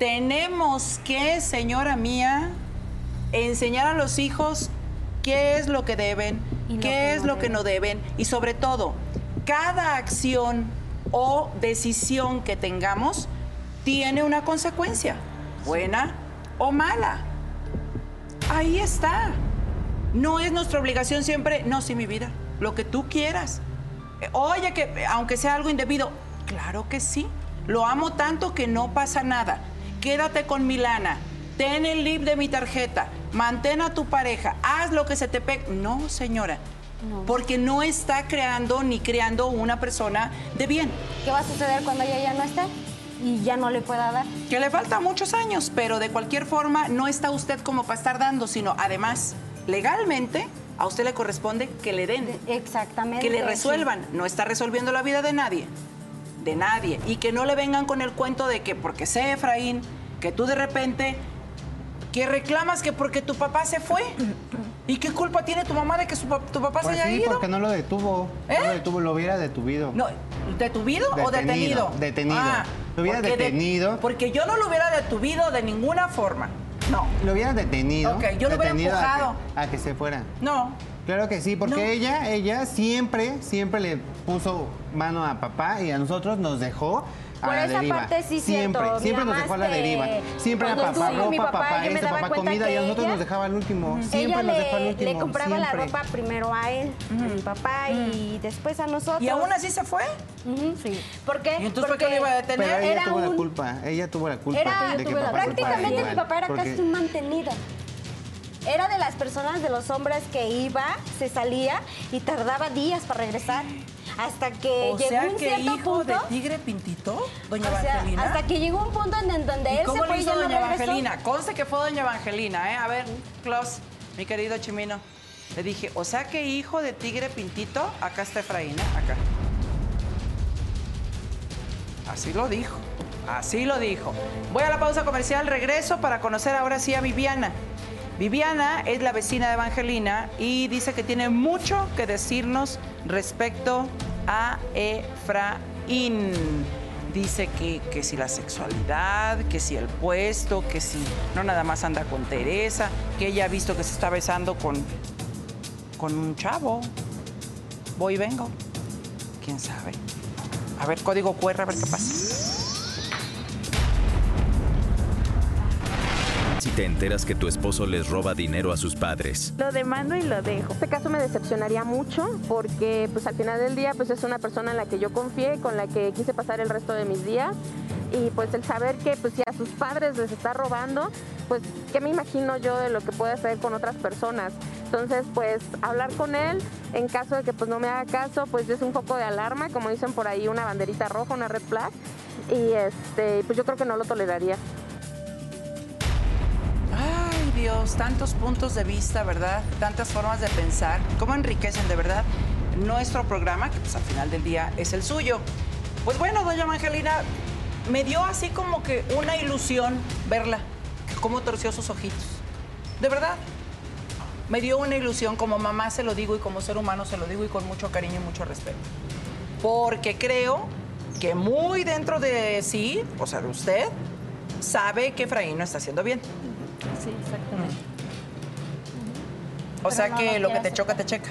S2: tenemos que, señora mía, enseñar a los hijos qué es lo que deben, qué es lo que no deben y sobre todo, cada acción o decisión que tengamos tiene una consecuencia, buena o mala. Ahí está. No es nuestra obligación siempre, no, sí, mi vida, lo que tú quieras. Eh, Oye, que eh, aunque sea algo indebido, claro que sí. Lo amo tanto que no pasa nada. Quédate con Milana, ten el lip de mi tarjeta, mantén a tu pareja, haz lo que se te pegue. No, señora. Porque no está creando ni creando una persona de bien.
S3: ¿Qué va a suceder cuando ella ya no esté? Y ya no le pueda dar.
S2: Que le faltan muchos años, pero de cualquier forma no está usted como para estar dando, sino además, legalmente, a usted le corresponde que le den.
S3: Exactamente.
S2: Que le
S3: sí.
S2: resuelvan. No está resolviendo la vida de nadie. De nadie. Y que no le vengan con el cuento de que porque sé, Efraín, que tú de repente, que reclamas que porque tu papá se fue. ¿Y qué culpa tiene tu mamá de que su pa- tu papá
S12: Pues
S2: se haya
S12: sí,
S2: ido? ¿Eh?
S12: porque no lo detuvo. No lo detuvo, lo hubiera detuvido.
S2: No, ¿Detuvido o detenido?
S12: Detenido, detenido.
S2: Ah,
S12: Lo hubiera
S2: porque de-
S12: detenido.
S2: porque yo no lo hubiera detuvido de ninguna forma. No.
S12: Lo hubiera detenido.
S2: Ok, yo lo hubiera
S12: detenido a que-
S2: empujado.
S12: A que, se fuera.
S2: No.
S12: Claro que sí, porque
S2: No.
S12: ella, ella siempre, siempre le puso mano a papá y a nosotros nos dejó. A
S3: Por
S12: la
S3: esa
S12: deriva.
S3: parte sí siento,
S12: siempre,
S3: mi
S12: siempre nos
S3: mamá,
S12: dejó a la
S3: este,
S12: deriva. Siempre a
S3: cuando
S12: papá,
S3: estuve con mi
S12: ropa,
S3: papá,
S12: papá,
S3: yo me
S12: este,
S3: daba
S12: papá,
S3: cuenta
S12: comida y a
S3: que
S12: nosotros
S3: ella-
S12: nos dejaba al último. Siempre
S3: Ella
S12: nos dejó al
S3: le,
S12: último.
S3: le compraba la
S12: siempre.
S3: ropa primero a él, a mi papá, y después a nosotros.
S2: ¿Y aún así se fue?
S3: sí. ¿Por qué?
S12: ¿Y entonces
S2: por qué lo iba a detener?
S12: Pero ella
S3: Era
S12: tuvo la
S3: un-
S12: culpa, ella tuvo la culpa.
S3: Era,
S12: de que papá se fuera.
S3: prácticamente mi papá era
S12: Porque-
S3: casi un mantenido. Era de las personas, de los hombres que iba, se salía y tardaba días para regresar. Hasta que
S2: o
S3: Eh, llegó
S2: sea
S3: un
S2: que
S3: cierto
S2: hijo
S3: punto.
S2: de tigre pintito,
S3: o
S2: doña
S3: sea,
S2: Evangelina.
S3: hasta que llegó un punto en- en donde
S2: ¿Y
S3: él
S2: cómo
S3: se fue
S2: lo
S3: y
S2: hizo
S3: ya no
S2: doña
S3: regresó.
S2: Evangelina? Conste que fue doña Evangelina, ¿eh? A ver, Klaus, mi querido Chimino. Le dije, o sea que hijo de tigre pintito, acá está Efraín, ¿eh? acá. Así lo dijo, así lo dijo. Voy a la pausa comercial, regreso para conocer ahora sí a Viviana. Viviana es la vecina de Evangelina y dice que tiene mucho que decirnos respecto a Efraín. Dice que, que si la sexualidad, que si el puesto, que si no nada más anda con Teresa, que ella ha visto que se está besando con, con un chavo. Voy y vengo. ¿Quién sabe? A ver, código QR, a ver qué pasa.
S1: Si te enteras que tu esposo les roba dinero a sus padres,
S8: Lo demando y lo dejo. Este caso me decepcionaría mucho porque pues al final del día pues es una persona en la que yo confié, con la que quise pasar el resto de mis días y pues el saber que pues si a sus padres les está robando, pues qué me imagino yo de lo que puede hacer con otras personas. Entonces, pues hablar con él en caso de que pues no me haga caso, pues es un poco de alarma, como dicen por ahí, una banderita roja, una red flag. Y este, pues yo creo que no lo toleraría.
S2: Ay, Dios, tantos puntos de vista, ¿verdad? Tantas formas de pensar. ¿Cómo enriquecen de verdad nuestro programa, que pues al final del día es el suyo? Pues bueno, doña Evangelina, me dio así como que una ilusión verla, que cómo torció sus ojitos. De verdad, me dio una ilusión, como mamá se lo digo y como ser humano se lo digo y con mucho cariño y mucho respeto. Porque creo que muy dentro de sí, o sea, de usted, sabe que Efraín no está haciendo bien.
S15: Sí, exactamente.
S2: O sea
S12: no
S2: que
S12: lo
S2: lo que
S12: quiere
S2: te choca, te checa.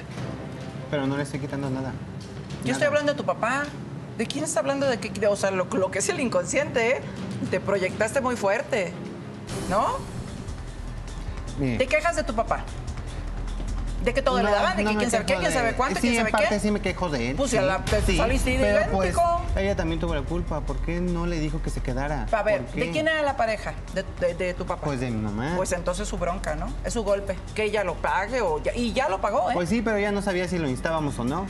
S12: Pero no le estoy quitando nada.
S2: Yo estoy hablando de tu papá. ¿De quién está hablando? De qué, de- o sea, lo, lo que es el inconsciente, ¿eh? Te proyectaste muy fuerte, ¿no?
S12: Mire.
S2: Te quejas de tu papá. De que todo
S12: No,
S2: le daban, de
S12: no
S2: que
S12: me
S2: quién sabe qué,
S12: quejo
S2: quién
S12: de
S2: sabe
S12: él.
S2: cuánto,
S12: Sí,
S2: quién
S12: en
S2: sabe
S12: parte
S2: qué.
S12: sí me quejo de él.
S2: Pues,
S12: sí,
S2: a la- te saliste
S12: pero pues,
S2: idéntico.
S12: ella también tuvo la culpa. ¿Por qué no le dijo que se quedara?
S2: A ver,
S12: ¿Por qué?
S2: ¿de quién era la pareja? De, de- de tu papá.
S12: Pues de mi mamá.
S2: Pues entonces su bronca, ¿no? Es su golpe. Que ella lo pague o ya- y ya lo pagó, ¿eh?
S12: Pues sí, pero ella no sabía si lo instábamos o no.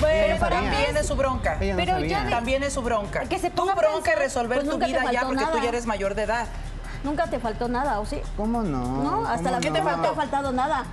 S2: Pero
S12: no sabía.
S2: también es su bronca.
S12: Ella no Pero sabía. ya de-
S2: también es su bronca.
S11: Que se
S2: tu
S11: ponga a
S2: bronca
S11: pensar,
S2: es resolver
S11: pues
S2: tu
S11: nunca te
S2: vida ya
S11: faltó
S2: porque tú
S11: nada.
S2: ya eres mayor de edad.
S11: Nunca te faltó nada, ¿o sí?
S12: ¿Cómo no?
S11: No, hasta la
S12: ¿Cómo
S11: fecha
S12: no?
S11: no te ha faltado nada.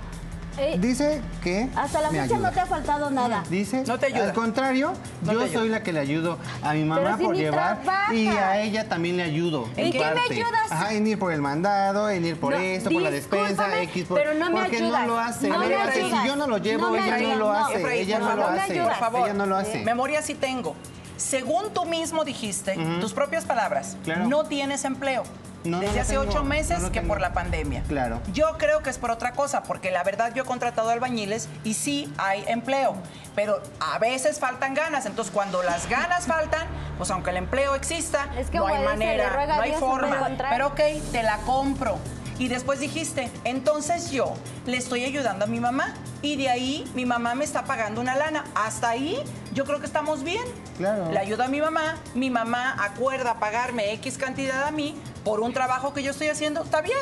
S11: Eh,
S12: Dice que
S11: hasta la
S12: me
S11: fecha
S12: ayuda.
S11: no te ha faltado nada.
S12: Dice,
S11: No te ayuda.
S12: al contrario,
S11: No te
S12: yo
S11: ayuda.
S12: soy la que le ayudo a mi mamá
S11: Pero si
S12: por
S11: ni
S12: llevar
S11: trabaja.
S12: y a ella también le ayudo.
S11: ¿En qué me
S12: parte.
S11: ayudas?
S12: Ajá, en ir por el mandado, en ir por
S11: No,
S12: esto, por la despensa,
S11: discúlpame,
S12: X por
S11: pero no me
S12: porque
S11: ayudas.
S12: no lo hace.
S11: No
S12: No
S11: me
S12: lo hace.
S11: ayudas.
S12: Si yo no lo llevo,
S11: No me
S12: ella
S11: ayudas,
S12: no lo
S11: no.
S12: hace.
S11: Efraín,
S12: ella
S2: por
S12: no lo
S2: favor.
S12: hace.
S2: Por favor.
S12: Ella no lo hace.
S2: Memoria sí tengo. Según tú mismo dijiste,
S12: Ujú.
S2: tus propias palabras,
S12: Claro.
S2: no tienes empleo.
S12: No, no
S2: Desde
S12: lo
S2: hace
S12: tengo,
S2: ocho
S12: no
S2: meses
S12: lo
S2: que
S12: tengo.
S2: por la pandemia.
S12: Claro.
S2: Yo creo que es por otra cosa, porque la verdad yo he contratado albañiles y sí hay empleo, pero a veces faltan ganas. Entonces, cuando las ganas faltan, pues aunque el empleo exista,
S11: que
S2: no hay
S11: obedece, le
S2: manera,
S11: ruega
S2: no
S11: a
S2: hay
S11: Dios, hombre,
S2: forma.
S11: lo contrae.
S2: Pero ok, te la compro. Y después dijiste, entonces yo le estoy ayudando a mi mamá y de ahí mi mamá me está pagando una lana. Hasta ahí yo creo que estamos bien.
S12: Claro.
S2: Le ayudo a mi mamá, mi mamá acuerda pagarme X cantidad a mí por un trabajo que yo estoy haciendo, está bien.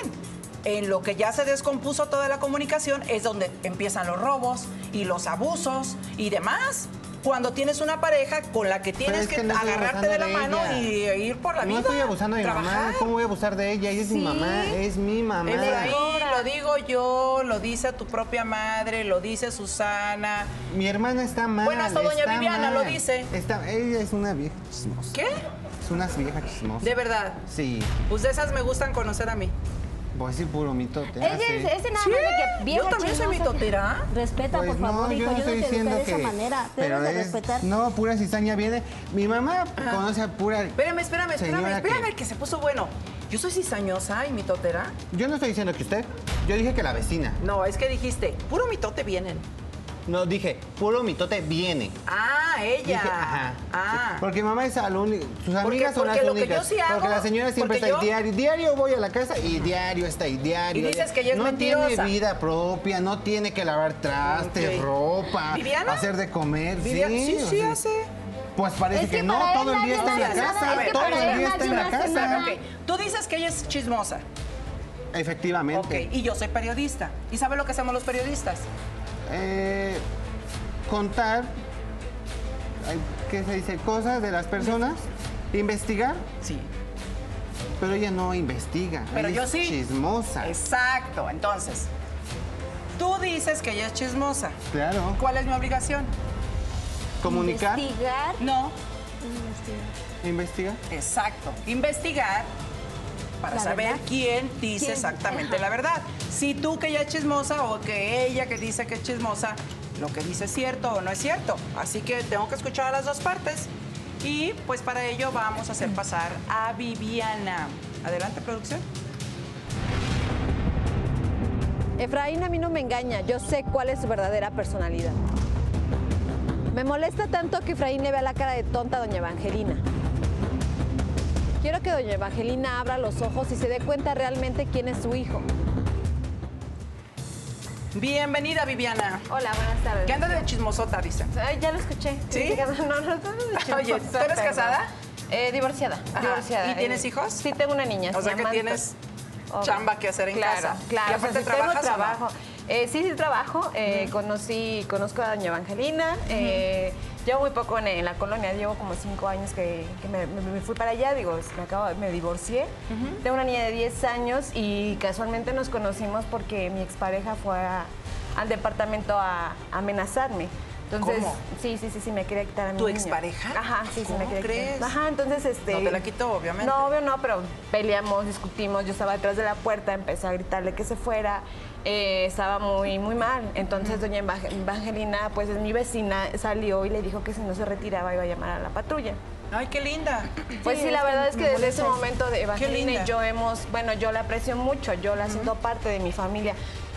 S2: En lo que ya se descompuso toda la comunicación es donde empiezan los robos y los abusos y demás. Cuando tienes una pareja con la que tienes
S12: es
S2: que,
S12: que no estoy
S2: agarrarte
S12: abusando
S2: de la
S12: de
S2: mano y
S12: ella.
S2: ir por la
S12: No
S2: vida.
S12: estoy abusando de mi mamá.
S2: trabajar.
S12: ¿Cómo voy a abusar de ella? Ella es mi
S2: Sí.
S12: mamá. Es mi mamá.
S2: Efraín, lo digo yo, lo dice tu propia madre, lo dice Susana.
S12: Mi hermana está mal.
S2: Bueno, hasta doña
S12: está
S2: Viviana
S12: mal.
S2: lo dice.
S12: Está- ella es una vieja chismosa.
S2: ¿Qué?
S12: Es una vieja chismosa.
S2: De verdad.
S12: Sí,
S2: Pues de esas me gustan conocer a mí.
S12: pues sí, puro mitote.
S11: Es
S12: hace.
S11: de, es de nada más
S2: Sí,
S11: de que vieja
S2: yo también soy
S11: chismosa.
S2: mitotera.
S11: Respeta,
S12: Pues
S11: por favor, hijo. Yo no te eduqué de esa manera. Te debes de
S12: es-
S11: respetar.
S12: No, pura cizaña viene. Mi mamá conoce a pura.
S2: Espérame, espérame, espérame,
S12: Señora, ¿qué?
S2: espérame, que... se puso bueno. Yo soy cizañosa y mitotera.
S12: Yo no estoy diciendo que usted. Yo dije que la vecina.
S2: No, es que dijiste, puro mitote vienen.
S12: No, dije, puro mitote viene.
S2: Ah, ella.
S12: Dije, ajá.
S2: Ah.
S12: Porque mamá es la única. Sus
S2: Porque-
S12: amigas son
S2: porque
S12: las
S2: lo que
S12: únicas.
S2: yo sí hago,
S12: porque la señora siempre
S2: porque
S12: está ahí
S2: yo-
S12: diario. Diario voy a la casa y diario está ahí, diario.
S2: Y dices que ella es
S12: No
S2: mentirosa.
S12: tiene vida propia, no tiene que lavar trastes,
S2: Ok.
S12: ropa,
S2: ¿Viviana?
S12: hacer de comer.
S2: Vivian- sí,
S12: o
S2: sí,
S12: sea,
S2: hace.
S12: Pues parece
S2: Es
S12: que,
S2: que
S12: no,
S2: para él
S12: todo el día
S2: nadie
S12: está en la
S2: nace nada,
S12: casa.
S2: es que
S12: Todo
S2: para
S12: el
S2: él
S12: día está en la
S2: nadie nace
S12: casa.
S2: nada. Ok, Tú dices que ella es chismosa.
S12: Efectivamente.
S2: Ok, y yo soy periodista. ¿Y sabe lo que hacemos los periodistas?
S12: Eh, contar, ay, ¿qué se dice? Cosas de las personas, investigar.
S2: Sí.
S12: Pero ella no investiga.
S2: Pero
S12: ella
S2: yo
S12: es
S2: sí.
S12: Chismosa.
S2: Exacto. Entonces, tú dices que ella es chismosa.
S12: Claro.
S2: ¿Cuál es mi obligación?
S12: Comunicar.
S2: Investigar. No.
S12: Investigar.
S2: Exacto. Investigar para
S12: La
S2: saber
S12: verdad.
S2: quién dice
S12: ¿Quién?
S2: exactamente
S12: Ajá.
S2: la verdad. Si tú que ella es chismosa o que ella que dice que es chismosa, lo que dice es cierto o no es cierto. Así que tengo que escuchar a las dos partes. Y pues para ello vamos a hacer pasar a Viviana. Adelante, producción.
S16: Efraín a mí no me engaña, yo sé cuál es su verdadera personalidad. Me molesta tanto que Efraín le vea la cara de tonta a doña Evangelina. Quiero que doña Evangelina abra los ojos y se dé cuenta realmente quién es su hijo.
S2: Bienvenida, Viviana.
S17: Hola, buenas tardes.
S2: ¿Qué andas de chismosota, dicen?
S17: Ay, Ah, ya lo escuché.
S2: ¿Sí?
S17: No, no, no, no, no,
S2: Oye, ¿tú eres
S17: perdón.
S2: casada?
S17: Eh, divorciada,
S2: Ajá.
S17: divorciada.
S2: ¿Y tienes
S17: Eh,
S2: hijos?
S17: Sí, tengo una niña.
S2: O
S17: se
S2: sea que
S17: llama Anto-
S2: tienes chamba que hacer en
S17: claro,
S2: casa.
S17: Claro,
S2: ¿Y aparte
S17: o sea, sí tengo
S2: trabajas o no?
S17: trabajo. Eh, sí, sí trabajo. eh, Conocí, conozco a doña Evangelina. eh, Llevo muy poco en, en la colonia, llevo como cinco años que, que me, me- me fui para allá, digo, me acabo, me divorcié. Tengo una niña de 10 años y casualmente nos conocimos porque mi expareja fue a- al departamento a amenazarme. Entonces,
S2: ¿Cómo?
S17: sí, sí, sí, sí, me quería quitar a mi
S2: ¿Tu
S17: niña.
S2: expareja?
S17: Ajá, sí, sí, me
S2: ¿Cómo
S17: quería
S2: crees?
S17: quitar. Ajá, entonces este.
S2: No te la quitó, obviamente.
S17: No, obvio no, pero peleamos, discutimos, yo estaba detrás de la puerta, empecé a gritarle que se fuera, eh, estaba muy, muy mal. Entonces doña Evang- Evangelina, pues es mi vecina, salió y le dijo que si no se retiraba iba a llamar a la patrulla.
S2: Ay, qué linda.
S17: Pues sí, la verdad es que desde ese momento de Evangelina
S2: Qué linda.
S17: y yo eh, hemos, bueno, yo la aprecio mucho, yo la siento parte de mi familia.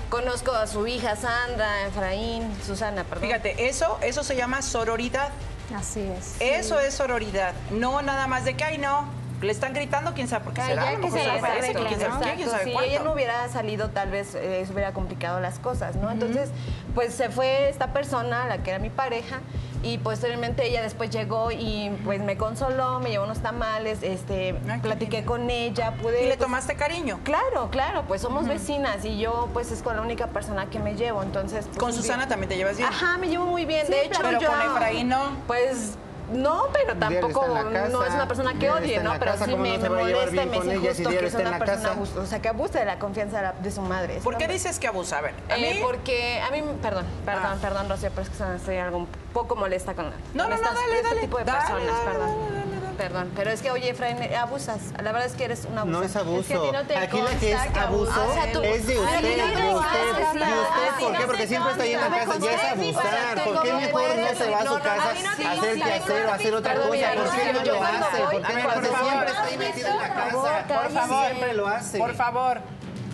S17: Conozco a su hija Sandra, Efraín, Susana, perdón.
S2: Fíjate, eso, eso se llama sororidad.
S4: Así es.
S2: Eso es sororidad. No nada más de que, ay, no, le están gritando, quién sabe por qué
S17: Ay,
S2: será. a lo
S17: ya que
S2: mejor
S17: se las
S2: le parece,
S17: arreglen,
S2: quién sabe qué, quién
S17: exacto.
S2: sabe
S17: Si
S2: cuánto.
S17: ella no hubiera salido, tal vez eh, se hubiera complicado las cosas, ¿no? Entonces, pues se fue esta persona, la que era mi pareja, y posteriormente ella después llegó y pues me consoló, me llevó unos tamales, este, platiqué con ella, pude...
S2: ¿Y le
S17: pues,
S2: tomaste cariño?
S17: Claro, claro, pues somos vecinas y yo pues es con la única persona que me llevo, entonces... pues,
S2: Con
S17: bien.
S2: Susana también te llevas bien.
S17: Ajá, me llevo muy bien,
S2: Sí,
S17: de hecho
S2: pero
S17: yo...
S2: con Efraín no.
S17: Pues... No, pero
S2: Diario está
S17: tampoco,
S2: en la
S17: no
S2: casa,
S17: es una persona que
S2: diario está
S17: odie,
S2: en
S17: ¿no?
S2: la
S17: Pero
S2: casa,
S17: sí
S2: ¿cómo no
S17: me,
S2: se va
S17: me
S2: a llevar
S17: molesta,
S2: bien
S17: me es
S2: con ella si
S17: injusto
S2: diario
S17: que
S2: está
S17: sea
S2: en
S17: una
S2: la
S17: persona
S2: casa?
S17: abus- o sea, que abuse de la confianza de, la- de su madre.
S2: ¿Por qué dices que abusa? A ver, a
S17: Eh,
S2: mí-
S17: porque a mí, perdón, perdón, perdón, Rocío, pero es que estoy algo un poco molesta con,
S2: No,
S17: con
S2: no, no,
S17: estas-
S2: dale,
S17: este
S2: dale,
S17: tipo de
S2: dale,
S17: personas,
S2: dale,
S17: perdón. Perdón, pero es que, oye, Efraín, eh, abusas. La verdad es que eres un abuso.
S12: No es abuso.
S17: que a ti no te
S12: Aquí la que es
S17: consta
S12: abuso
S17: abusas.
S12: es de usted,
S17: a ti no
S12: de
S17: te
S12: usted.
S17: consta.
S12: ¿Y usted por
S17: A
S12: qué?
S17: ti no
S12: Porque
S17: te
S12: siempre está ahí en la
S17: consta.
S12: casa, ya es
S17: A mí no
S12: abusar.
S17: te
S12: ¿Por qué
S17: consta.
S12: mejor no se va a su
S17: No, no,
S12: casa
S17: mí no te
S12: a hacer
S17: consta.
S12: quehacer o a hacer otra
S17: Perdón,
S12: cosa?
S17: mira,
S12: ¿Por qué
S17: Rocío,
S12: no
S17: yo
S12: lo
S17: cuando
S12: hace?
S17: voy-
S12: ¿Por qué
S17: Ay,
S12: no?
S17: por
S12: Porque
S17: favor.
S12: siempre está ahí metida en la casa.
S2: Por favor,
S12: Siempre lo hace.
S2: Por favor,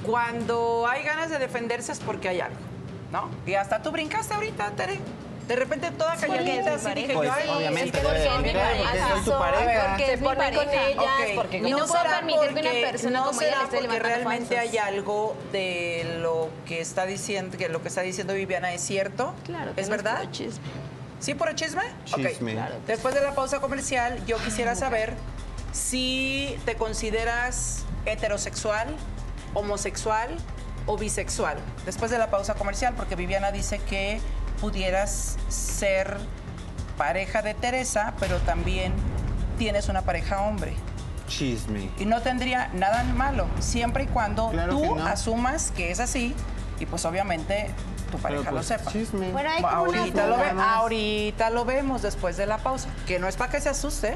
S2: cuando hay ganas de defenderse es porque hay algo, ¿no? Y hasta tú brincaste ahorita, Tere. De repente toda
S17: Sí, porque es
S2: calladita,
S17: mi
S2: así dije
S12: Pues,
S2: yo, ay,
S12: obviamente,
S2: sí, porque
S12: claro,
S2: mi
S12: claro,
S2: pareja.
S12: porque soy tu pareja.
S2: A ver,
S17: Porque es mi pareja. Ok.
S2: porque
S17: Y no puedo
S2: será
S17: permitir que una
S2: porque-
S17: persona
S2: no
S17: como ella
S2: será
S17: le esté
S2: porque
S17: levantando
S2: realmente
S17: falsos.
S2: hay algo de lo que está diciendo, que lo que está diciendo Viviana es cierto.
S14: Claro que
S2: ¿Es
S14: no es
S2: verdad?
S14: puro chisme.
S2: ¿Sí por chisme? Ok.
S12: Chisme. Claro que
S2: Después de la pausa comercial, yo quisiera saber si te consideras heterosexual, homosexual o bisexual. Después de la pausa comercial, porque Viviana dice que pudieras ser pareja de Teresa, pero también tienes una pareja hombre.
S12: Chisme.
S2: Y no tendría nada de malo, siempre y cuando
S12: Claro que
S2: tú
S12: no.
S2: asumas que es así y pues obviamente tu pareja
S12: pues,
S2: lo sepa.
S12: Bueno, hay como una
S2: ahorita, lo ve-
S12: duda más.
S2: ahorita lo vemos después de la pausa, que no es para que se asuste.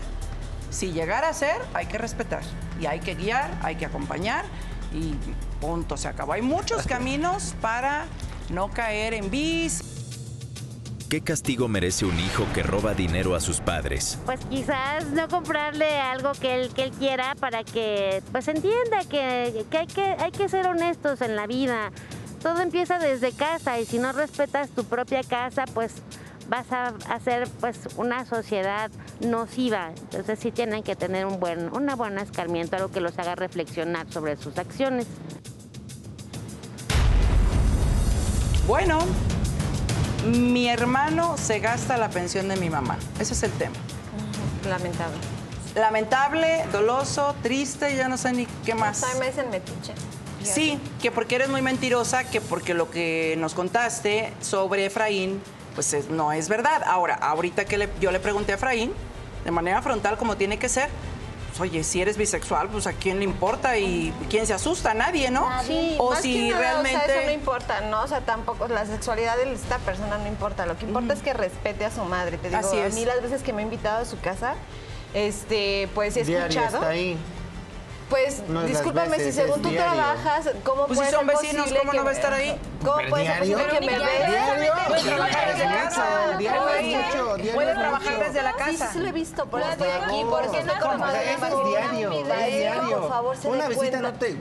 S2: Si llegara a ser, hay que respetar y hay que guiar, hay que acompañar y punto, se acabó. Hay muchos caminos para no caer en bis.
S1: ¿Qué castigo merece un hijo que roba dinero a sus padres?
S18: Pues quizás no comprarle algo que él, que él quiera para que pues entienda que, que hay que hay que ser honestos en la vida. Todo empieza desde casa y si no respetas tu propia casa, pues vas a hacer pues una sociedad nociva. Entonces sí tienen que tener un buen, una buena escarmiento, algo que los haga reflexionar sobre sus acciones.
S2: Bueno, mi hermano se gasta la pensión de mi mamá. Ese es el tema.
S17: Lamentable.
S2: Lamentable, doloso, triste, ya no sé ni qué más.
S17: Hasta Pues me dicen metiche.
S2: Sí, que porque eres muy mentirosa, que porque lo que nos contaste sobre Efraín, pues es- no es verdad. Ahora, ahorita que le- yo le pregunté a Efraín, de manera frontal, como tiene que ser, pues, oye, si eres bisexual, pues a quién le importa y quién se asusta, nadie, ¿no?
S17: Sí,
S2: o
S17: más
S2: si
S17: que nada,
S2: realmente...
S17: O sea, eso no importa, ¿no? O sea, tampoco la sexualidad de esta persona no importa. Lo que importa es que respete a su madre. Te digo,
S2: Así es.
S17: a mí las veces que me he invitado a su casa, este, pues he
S12: Diario
S17: escuchado.
S12: está ahí.
S17: Pues
S12: No es las
S17: discúlpame
S12: veces,
S17: si según
S12: es
S17: tú
S12: diario.
S17: trabajas, ¿cómo
S2: Pues si
S17: puede
S2: son
S17: ser
S2: vecinos,
S17: posible
S2: ¿cómo
S17: que
S2: no va a estar
S17: me-
S2: ahí?
S17: ¿Cómo
S12: Pero
S17: puede ser
S12: diario.
S17: posible que me
S12: Diario.
S17: veas?
S12: Diario.
S17: Pues, trabaja desde
S12: Diario.
S17: casa.
S12: Diario
S17: Pues,
S12: es mucho, diario
S17: puede
S12: es
S17: trabajar
S12: mucho.
S17: desde la
S12: Sí, sí,
S17: casa.
S12: sí lo he visto, por
S17: La
S12: eso
S17: de
S12: te
S17: aquí,
S12: digo.
S17: ¿por qué no
S12: ¿Cómo?
S17: tomas
S12: O sea, vas diario,
S17: un
S12: vas
S17: video?
S12: diario.
S17: Por favor, se
S12: Una
S17: dé
S12: visita
S17: cuenta.
S12: no te es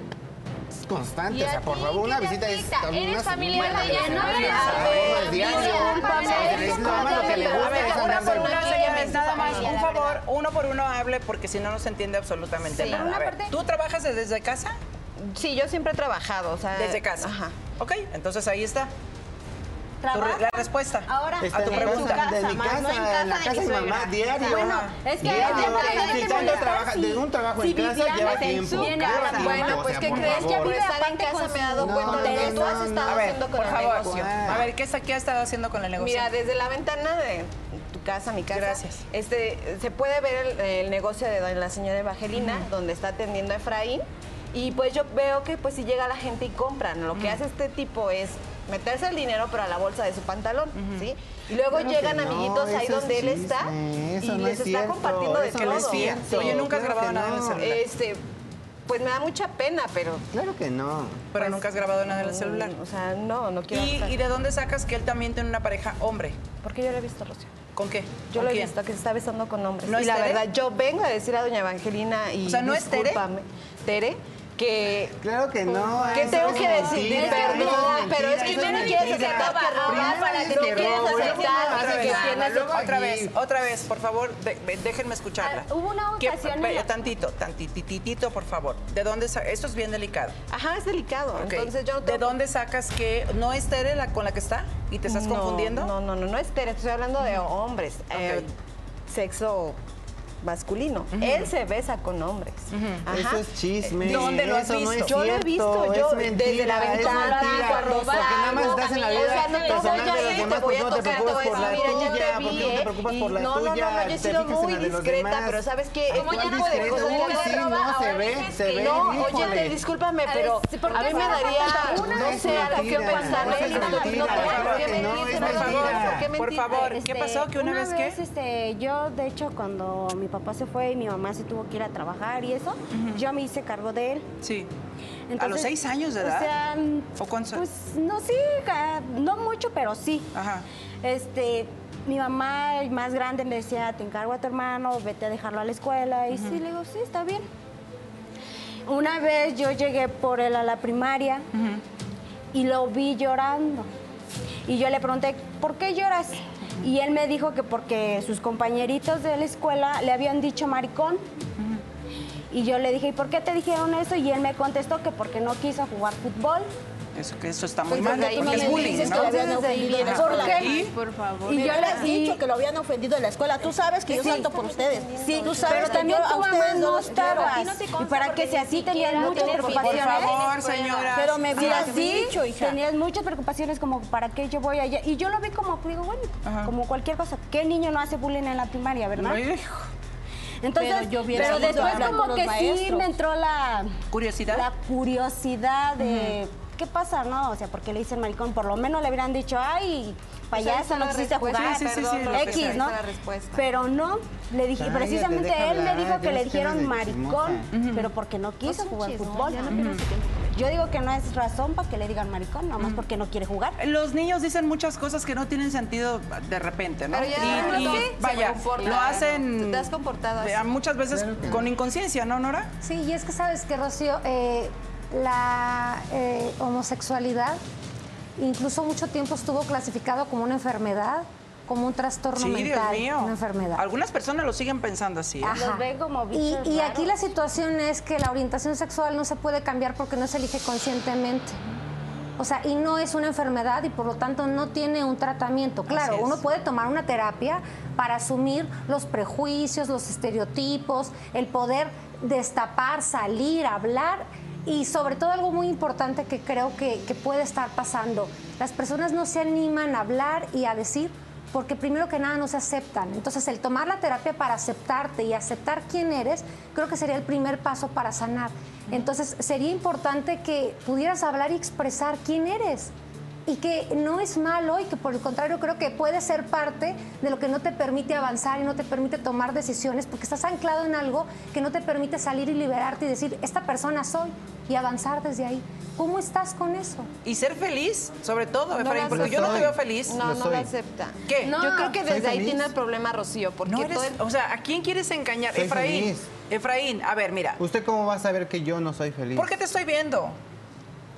S12: constante,
S17: ¿Y
S12: o sea,
S17: a
S12: por
S17: ti
S12: favor,
S17: qué
S12: una
S17: te
S12: visita es
S17: afecta?
S12: una
S17: ¿Eres familiar
S12: una
S17: de ella?
S12: semana, o
S17: No,
S12: sea, no
S17: no,
S12: es
S17: no,
S12: diario.
S17: discúlpame,
S12: O sea, es nada más lo que le
S2: A
S12: gusta
S2: ver,
S12: es
S2: una por
S12: andarse-
S2: una, señores, nada más,
S12: familia,
S2: un
S12: la
S2: favor, uno por uno hable porque si no, no se entiende absolutamente
S17: Sí.
S2: nada. A
S17: Una
S2: ver,
S17: parte-
S2: ¿tú trabajas desde casa?
S17: Sí, yo siempre he trabajado, o sea.
S2: Desde casa.
S17: Ajá.
S2: Ok, entonces ahí está. Tu re- la respuesta
S1: Ahora,
S2: a tu pregunta.
S1: desde mi casa, en la casa de mi mamá, diario.
S2: Bueno,
S1: es que
S19: Diario,
S1: ahora ya
S19: si
S1: te
S19: tanto
S1: molesta,
S19: trabaja-
S1: sí.
S19: de un trabajo en casa
S1: vivíamos
S19: lleva
S1: en
S19: tiempo,
S1: su
S19: lleva
S1: casa.
S19: tiempo, o
S1: Bueno, pues
S19: sea,
S1: ¿qué
S19: por
S1: crees?
S19: favor.
S1: Yo
S19: Por
S1: vive
S19: estar
S1: en casa me he dado
S19: cuenta de lo que tú has estado
S2: a ver,
S1: haciendo con
S2: por
S1: el
S2: favor,
S1: negocio.
S2: A ver, ¿qué, está- ¿qué has estado haciendo con el negocio?
S17: Mira, desde la ventana de tu casa, mi casa, este, se puede ver el, el negocio de doña- la señora Evangelina,
S1: Ujú.
S17: donde está atendiendo a Efraín. Y pues yo veo que pues si llega la gente y compran. Lo que
S1: Ujú.
S17: hace este tipo es meterse el dinero pero a la bolsa de su pantalón, ¿sí? Y luego
S1: Claro
S17: llegan
S1: que no,
S17: amiguitos ahí
S1: eso es
S17: donde él está
S1: chisme, eso
S17: y
S1: no
S17: les
S1: es
S17: está
S1: cierto,
S17: compartiendo de
S1: eso
S17: todo.
S1: no es cierto,
S17: Oye, nunca has
S1: claro
S17: grabado
S1: que
S17: nada
S1: no.
S17: en el celular. Este, pues me da mucha pena, pero
S12: Claro que no.
S2: Pero nunca has grabado nada en el celular.
S17: O sea, no, no quiero
S2: ¿Y,
S17: hacer.
S2: ¿Y de dónde sacas que él también tiene una pareja hombre?
S17: Porque yo lo he visto, Rocío.
S2: ¿Con qué?
S17: Yo
S2: ¿Con
S17: lo he
S2: quién?
S17: visto que se está besando con hombres.
S2: ¿No
S17: y
S2: es
S17: la
S2: Tere?
S17: verdad, yo vengo a decir a doña Evangelina y
S2: O sea, ¿no es Tere?
S17: discúlpame, Tere, que...
S12: Claro que
S17: no.
S12: eso
S17: Que tengo
S12: es
S17: que decir,
S12: mentira,
S17: perdón,
S12: eso es mentira,
S17: pero es que
S12: eso es
S17: primero
S12: mentira.
S17: quieres aceptar que
S12: Primero
S17: robas para
S12: dices
S17: que no quieres
S12: robas,
S17: aceptar,
S12: otra
S2: Otra
S12: vez,
S2: vez,
S12: luego
S2: otra
S12: aquí.
S2: vez, otra vez, por favor, de- de- déjenme escucharla.
S17: Ah, hubo una
S2: ¿Qué-
S17: ocasión en
S2: pe-
S17: la-
S2: Tantito, tantititito, por favor. ¿De dónde sa- Esto es bien delicado.
S17: Ajá, es delicado.
S2: Ok.
S17: Entonces yo no
S2: ¿De dónde sacas que no es Tere la con la que está? ¿Y te estás
S17: No,
S2: confundiendo?
S17: No, no, no, no es Tere, estoy hablando de hombres, eh, sexo masculino. Él se besa con hombres.
S12: Eso es chisme.
S17: ¿Dónde lo has
S12: eso no es
S17: visto? yo lo he
S12: cierto,
S17: visto, yo
S12: es mentira,
S17: desde la
S12: es
S17: ventana,
S12: mentira.
S17: cuando
S12: Porque nada más
S17: salgo,
S12: estás en la
S17: camino,
S12: vida
S17: o sea, no te
S12: personal
S17: voy a
S12: de los
S17: ir,
S12: demás,
S17: te voy
S12: pues
S17: a
S12: no te
S17: tocar,
S12: preocupes
S17: voy a
S12: por la
S17: decir, mira,
S12: tuya, porque
S17: ya te vi,
S12: no te
S17: ¿eh?
S12: preocupas
S17: Y
S12: por la
S17: no, no, no,
S12: tuya,
S17: no, yo he
S12: te
S17: sido
S12: fijas en
S17: muy
S12: la de los
S17: discreta,
S12: demás.
S17: pero ¿sabes qué?
S12: Ay, ¿cuál discreta? Uy, sí, no, se ve, se ve,
S17: No, oye,
S12: híjole.
S17: te- discúlpame,
S12: A ver,
S17: pero
S12: sí, ¿por
S17: a
S12: qué
S17: mí me
S12: se
S17: daría,
S12: una?
S17: no
S12: Es
S17: sé, algo que
S12: mentira,
S17: pensar.
S12: es
S17: No, no,
S12: mentira, claro que no, es
S17: por favor,
S12: mentira.
S17: ¿por qué
S2: Por
S17: mentiste?
S2: favor, ¿qué
S3: Este,
S2: pasó? ¿Que una, vez, qué?
S3: este, yo, de hecho, cuando mi papá se fue y mi mamá se tuvo que ir a trabajar y eso, yo me hice cargo de él.
S2: Sí. ¿A
S3: Entonces,
S2: los seis años de edad?
S3: O sea, mm,
S2: ¿O cuántos años?
S3: no, sí, ca- no mucho, pero sí. Este, mi mamá el más grande me decía, te encargo a tu hermano, vete a dejarlo a la escuela. Y sí, le digo, sí, está bien. Una vez yo llegué por él a la primaria y lo vi llorando. Y yo le pregunté, ¿por qué lloras? Y él me dijo que porque sus compañeritos de la escuela le habían dicho maricón. Y yo le dije, ¿y por qué te dijeron eso? Y él me contestó que porque no quiso jugar fútbol.
S2: Eso, que eso está muy
S3: Pues,
S2: mal,
S3: desde ahí
S2: porque es
S3: me
S2: bullying,
S3: dices
S2: ¿no?
S3: que le habían
S2: Entonces,
S3: ofendido en la
S2: ajá.
S3: escuela.
S2: ¿Por qué?
S3: ¿Y?
S9: Por favor.
S3: Y
S9: Y
S3: yo
S9: yo le
S3: le-
S9: has
S3: y-
S9: dicho que lo habían ofendido en la escuela. Tú sabes que yo
S3: Sí.
S9: salto por ustedes.
S3: Sí,
S9: tú sabes
S3: pero
S9: que
S3: también
S9: yo a
S3: tu mamá
S9: ustedes
S3: no
S9: los quiero.
S3: estaba.
S9: A ti no te
S3: Y
S9: consta
S3: para que
S9: porque
S3: sea
S9: ni
S3: así,
S9: siquiera
S3: tenías muchas
S9: tienes
S3: preocupaciones.
S9: Por favor, señora. Pero
S17: Ah,
S9: me
S3: Si
S9: hubieras
S3: así,
S9: dicho, hija.
S3: tenías muchas preocupaciones como, ¿para qué yo voy allá? Y yo lo vi como, digo, bueno, como cualquier cosa. ¿Qué niño no hace bullying en la primaria, verdad?
S2: No, hijo.
S3: Entonces,
S2: Pero
S3: pero,
S2: yo hubiera ido a
S3: después
S2: hablar con
S3: como
S2: los
S3: que sí
S2: maestros.
S3: me entró la
S2: ¿Curiosidad?
S3: la curiosidad de qué pasa, ¿no? O sea, porque le dicen maricón, por lo menos le hubieran dicho, ay,
S17: Esa
S3: payaso, no
S17: es la
S3: quisiste
S17: respuesta,
S3: jugar,
S17: sí, sí, sí, sí, lo que sea,
S3: X, ¿no?
S17: esa es la respuesta.
S3: Pero no, le dije,
S17: Cállate,
S3: precisamente
S17: deja
S3: él me
S17: hablar,
S3: dijo que
S17: tienes
S3: le
S17: cara de
S3: dijeron
S17: chismosa.
S3: maricón, pero porque no quiso
S18: Pues
S3: jugar
S17: chismosa,
S3: fútbol.
S17: Pues
S20: Mm.
S17: ya no pierdas
S3: Ujú. Yo digo que no es razón para que le digan maricón, nomás porque no quiere jugar.
S2: Los niños dicen muchas cosas que no tienen sentido de repente, ¿no?
S3: Pero ya
S2: y,
S3: uno
S2: y,
S3: se
S2: vaya,
S3: comporta,
S2: lo hacen
S4: Te has comportado así.
S2: eh, muchas veces con inconsciencia, ¿no, Nora?
S4: Sí, y es que sabes que, Rocío, Eh, la eh, homosexualidad incluso mucho tiempo estuvo clasificado como una enfermedad, como un trastorno
S2: Sí, Dios
S4: mental,
S2: mío.
S4: una enfermedad.
S2: Algunas personas lo siguen pensando así. ¿eh?
S4: Ajá. y, y aquí la situación es que la orientación sexual no se puede cambiar porque no se elige conscientemente. O sea, y no es una enfermedad y por lo tanto no tiene un tratamiento. Claro,
S1: Así es.
S4: uno puede tomar una terapia para asumir los prejuicios, los estereotipos, el poder destapar, salir, hablar y sobre todo algo muy importante que creo que, que puede estar pasando. Las personas no se animan a hablar y a decir porque primero que nada no se aceptan. Entonces el tomar la terapia para aceptarte y aceptar quién eres, creo que sería el primer paso para sanar. Entonces sería importante que pudieras hablar y expresar quién eres. Y que no es malo y que por el contrario creo que puede ser parte de lo que no te permite avanzar y no te permite tomar decisiones porque estás anclado en algo que no te permite salir y liberarte y decir, esta persona soy y avanzar desde ahí. ¿Cómo estás con eso?
S2: Y ser feliz, sobre todo,
S17: No
S2: Efraín,
S17: lo
S2: porque yo
S17: acepto.
S2: no te veo feliz.
S17: No, no lo acepta.
S2: ¿Qué?
S17: Yo creo que desde ahí tiene el problema Rocío, porque
S2: No eres-
S17: todo el...
S2: O sea, ¿a quién quieres engañar?
S12: Soy
S2: Efraín,
S12: feliz.
S2: Efraín, a ver, mira,
S12: ¿Usted cómo va a saber que yo no soy feliz?
S2: ¿por qué te estoy viendo?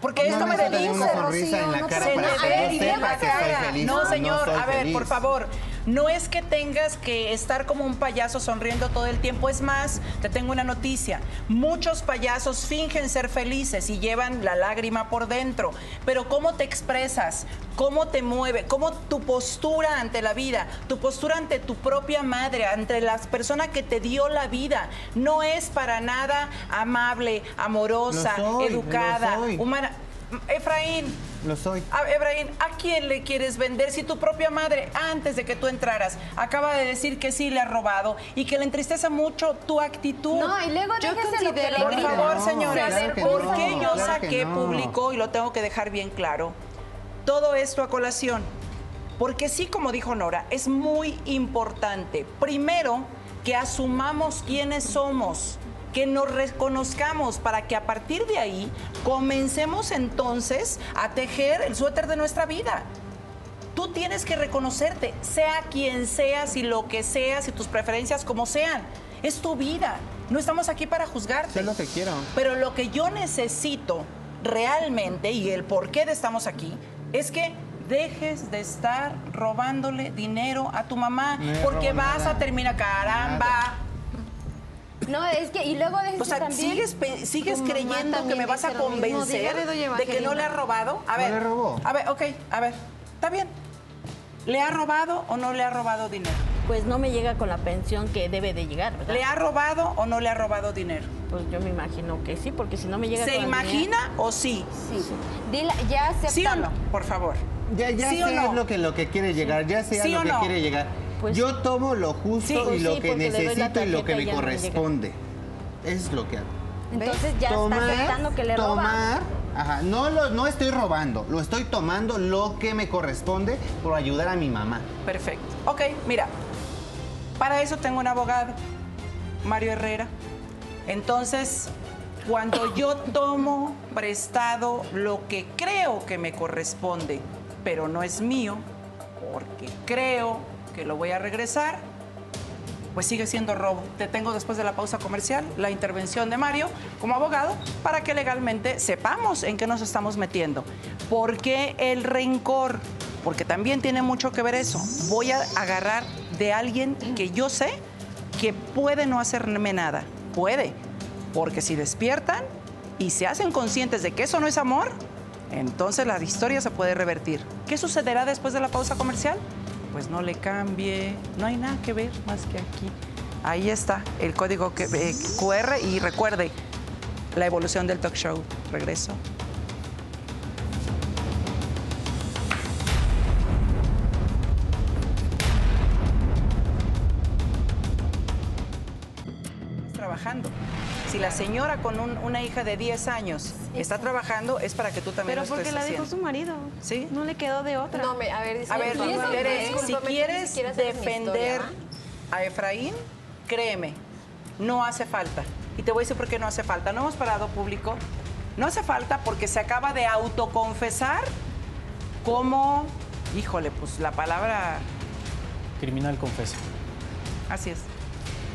S2: Porque
S12: No
S2: esto me
S12: necesito de
S2: deslice,
S12: una sonrisa
S2: Rocío,
S12: en la
S2: no
S12: cara
S2: se
S12: para
S2: me
S12: que
S2: ve
S12: yo
S2: y
S12: sepa
S2: en la
S12: que soy
S2: cara.
S12: feliz.
S2: No,
S12: No
S2: señor,
S12: soy
S2: a ver,
S12: feliz.
S2: por favor, No es que tengas que estar como un payaso sonriendo todo el tiempo. Es más, te tengo una noticia. Muchos payasos fingen ser felices y llevan la lágrima por dentro. Pero cómo te expresas, cómo te mueve, cómo tu postura ante la vida, tu postura ante tu propia madre, ante la persona que te dio la vida, no es para nada amable, amorosa,
S21: Lo soy,
S2: educada,
S21: lo soy.
S2: humana. Efraín,
S21: Lo soy.
S2: a- Ebrahim, ¿a quién le quieres vender si tu propia madre, antes de que tú entraras, acaba de decir que sí le ha robado y que le entristece mucho tu actitud?
S4: No, y luego
S2: Yo
S4: déjese lo que
S2: considero-
S4: le
S2: Por
S4: gritan.
S2: favor,
S4: No,
S2: señores,
S4: claro que
S2: ¿por
S4: no,
S2: qué yo
S4: claro
S2: saqué
S4: que no.
S2: público, y lo tengo que dejar bien claro, todo esto a colación? Porque sí, como dijo Nora, es muy importante, primero, que asumamos quiénes somos, que nos reconozcamos para que a partir de ahí comencemos entonces a tejer el suéter de nuestra vida. Tú tienes que reconocerte, sea quien seas y lo que seas y tus preferencias como sean. Es tu vida. No estamos aquí para juzgarte.
S21: Es lo que quiero.
S2: Pero lo que yo necesito realmente y el por qué de estamos aquí es que dejes de estar robándole dinero a tu mamá
S4: No le
S2: porque
S4: robo
S2: vas
S4: nada.
S2: a terminar caramba.
S4: No, es que, y luego de
S2: O sea, ¿sigues, pe- sigues creyendo que me vas a convencer de que no le has robado? A
S21: No
S2: ver,
S21: le robó.
S2: A ver, ok, a ver, está bien. ¿Le ha robado o no le ha robado dinero?
S9: Pues no me llega con la pensión que debe de llegar, ¿verdad?
S2: ¿Le ha robado o no le ha robado dinero?
S9: Pues yo me imagino que sí, porque si no me llega
S2: ¿Se
S9: con el dinero-
S2: imagina o sí?
S4: Sí. ya
S2: ¿Sí o no? Por favor.
S21: Ya, ya
S2: ¿Sí
S21: sé
S2: o no?
S21: es lo que, lo que quiere llegar, ya sé a
S2: ¿Sí
S21: lo
S2: o
S21: que
S2: no?
S21: quiere llegar. Yo tomo lo justo
S4: Pues Sí.
S21: y
S4: Pues
S21: lo
S4: sí,
S21: que
S4: porque le doy la
S21: necesito y lo que
S4: tarjeta y
S21: me
S4: ya no me llega.
S21: corresponde. es lo que hago.
S4: Entonces ya
S21: Tomar,
S4: está aceptando que le
S21: tomar,
S4: roba.
S21: Ajá, no, lo, no estoy robando, lo estoy tomando lo que me corresponde por ayudar a mi mamá.
S2: Perfecto. Ok, mira, para eso tengo un abogado, Mario Herrera. Entonces, cuando yo tomo prestado lo que creo que me corresponde, pero no es mío, porque creo que lo voy a regresar, pues sigue siendo robo. Te tengo después de la pausa comercial la intervención de Mario como abogado para que legalmente sepamos en qué nos estamos metiendo. Porque el rencor? Porque también tiene mucho que ver eso. Voy a agarrar de alguien que yo sé que puede no hacerme nada. Puede. Porque si despiertan y se hacen conscientes de que eso no es amor, entonces la historia se puede revertir. ¿Qué sucederá después de la pausa comercial? Pues no le cambie, no hay nada que ver más que aquí. Ahí está el código que, eh, QR y recuerde la evolución del talk show. Regreso. Trabajando. Si la señora con un- una hija de 10 años está trabajando, es para que tú también
S14: Pero
S2: lo estés
S14: porque la dejó
S2: haciendo.
S14: su marido.
S2: ¿Sí?
S14: No le quedó de otra.
S16: No, me- a ver,
S2: A ver,
S16: discúlpame,
S2: Tere, si
S16: discúlpame,
S2: quieres
S16: quisiera saber mi
S2: defender
S16: historia,
S2: a Efraín, créeme, no hace falta. Y te voy a decir por qué no hace falta. No hemos parado público. No hace falta porque se acaba de autoconfesar como, híjole, pues la palabra
S5: Criminal confeso.
S2: Así es.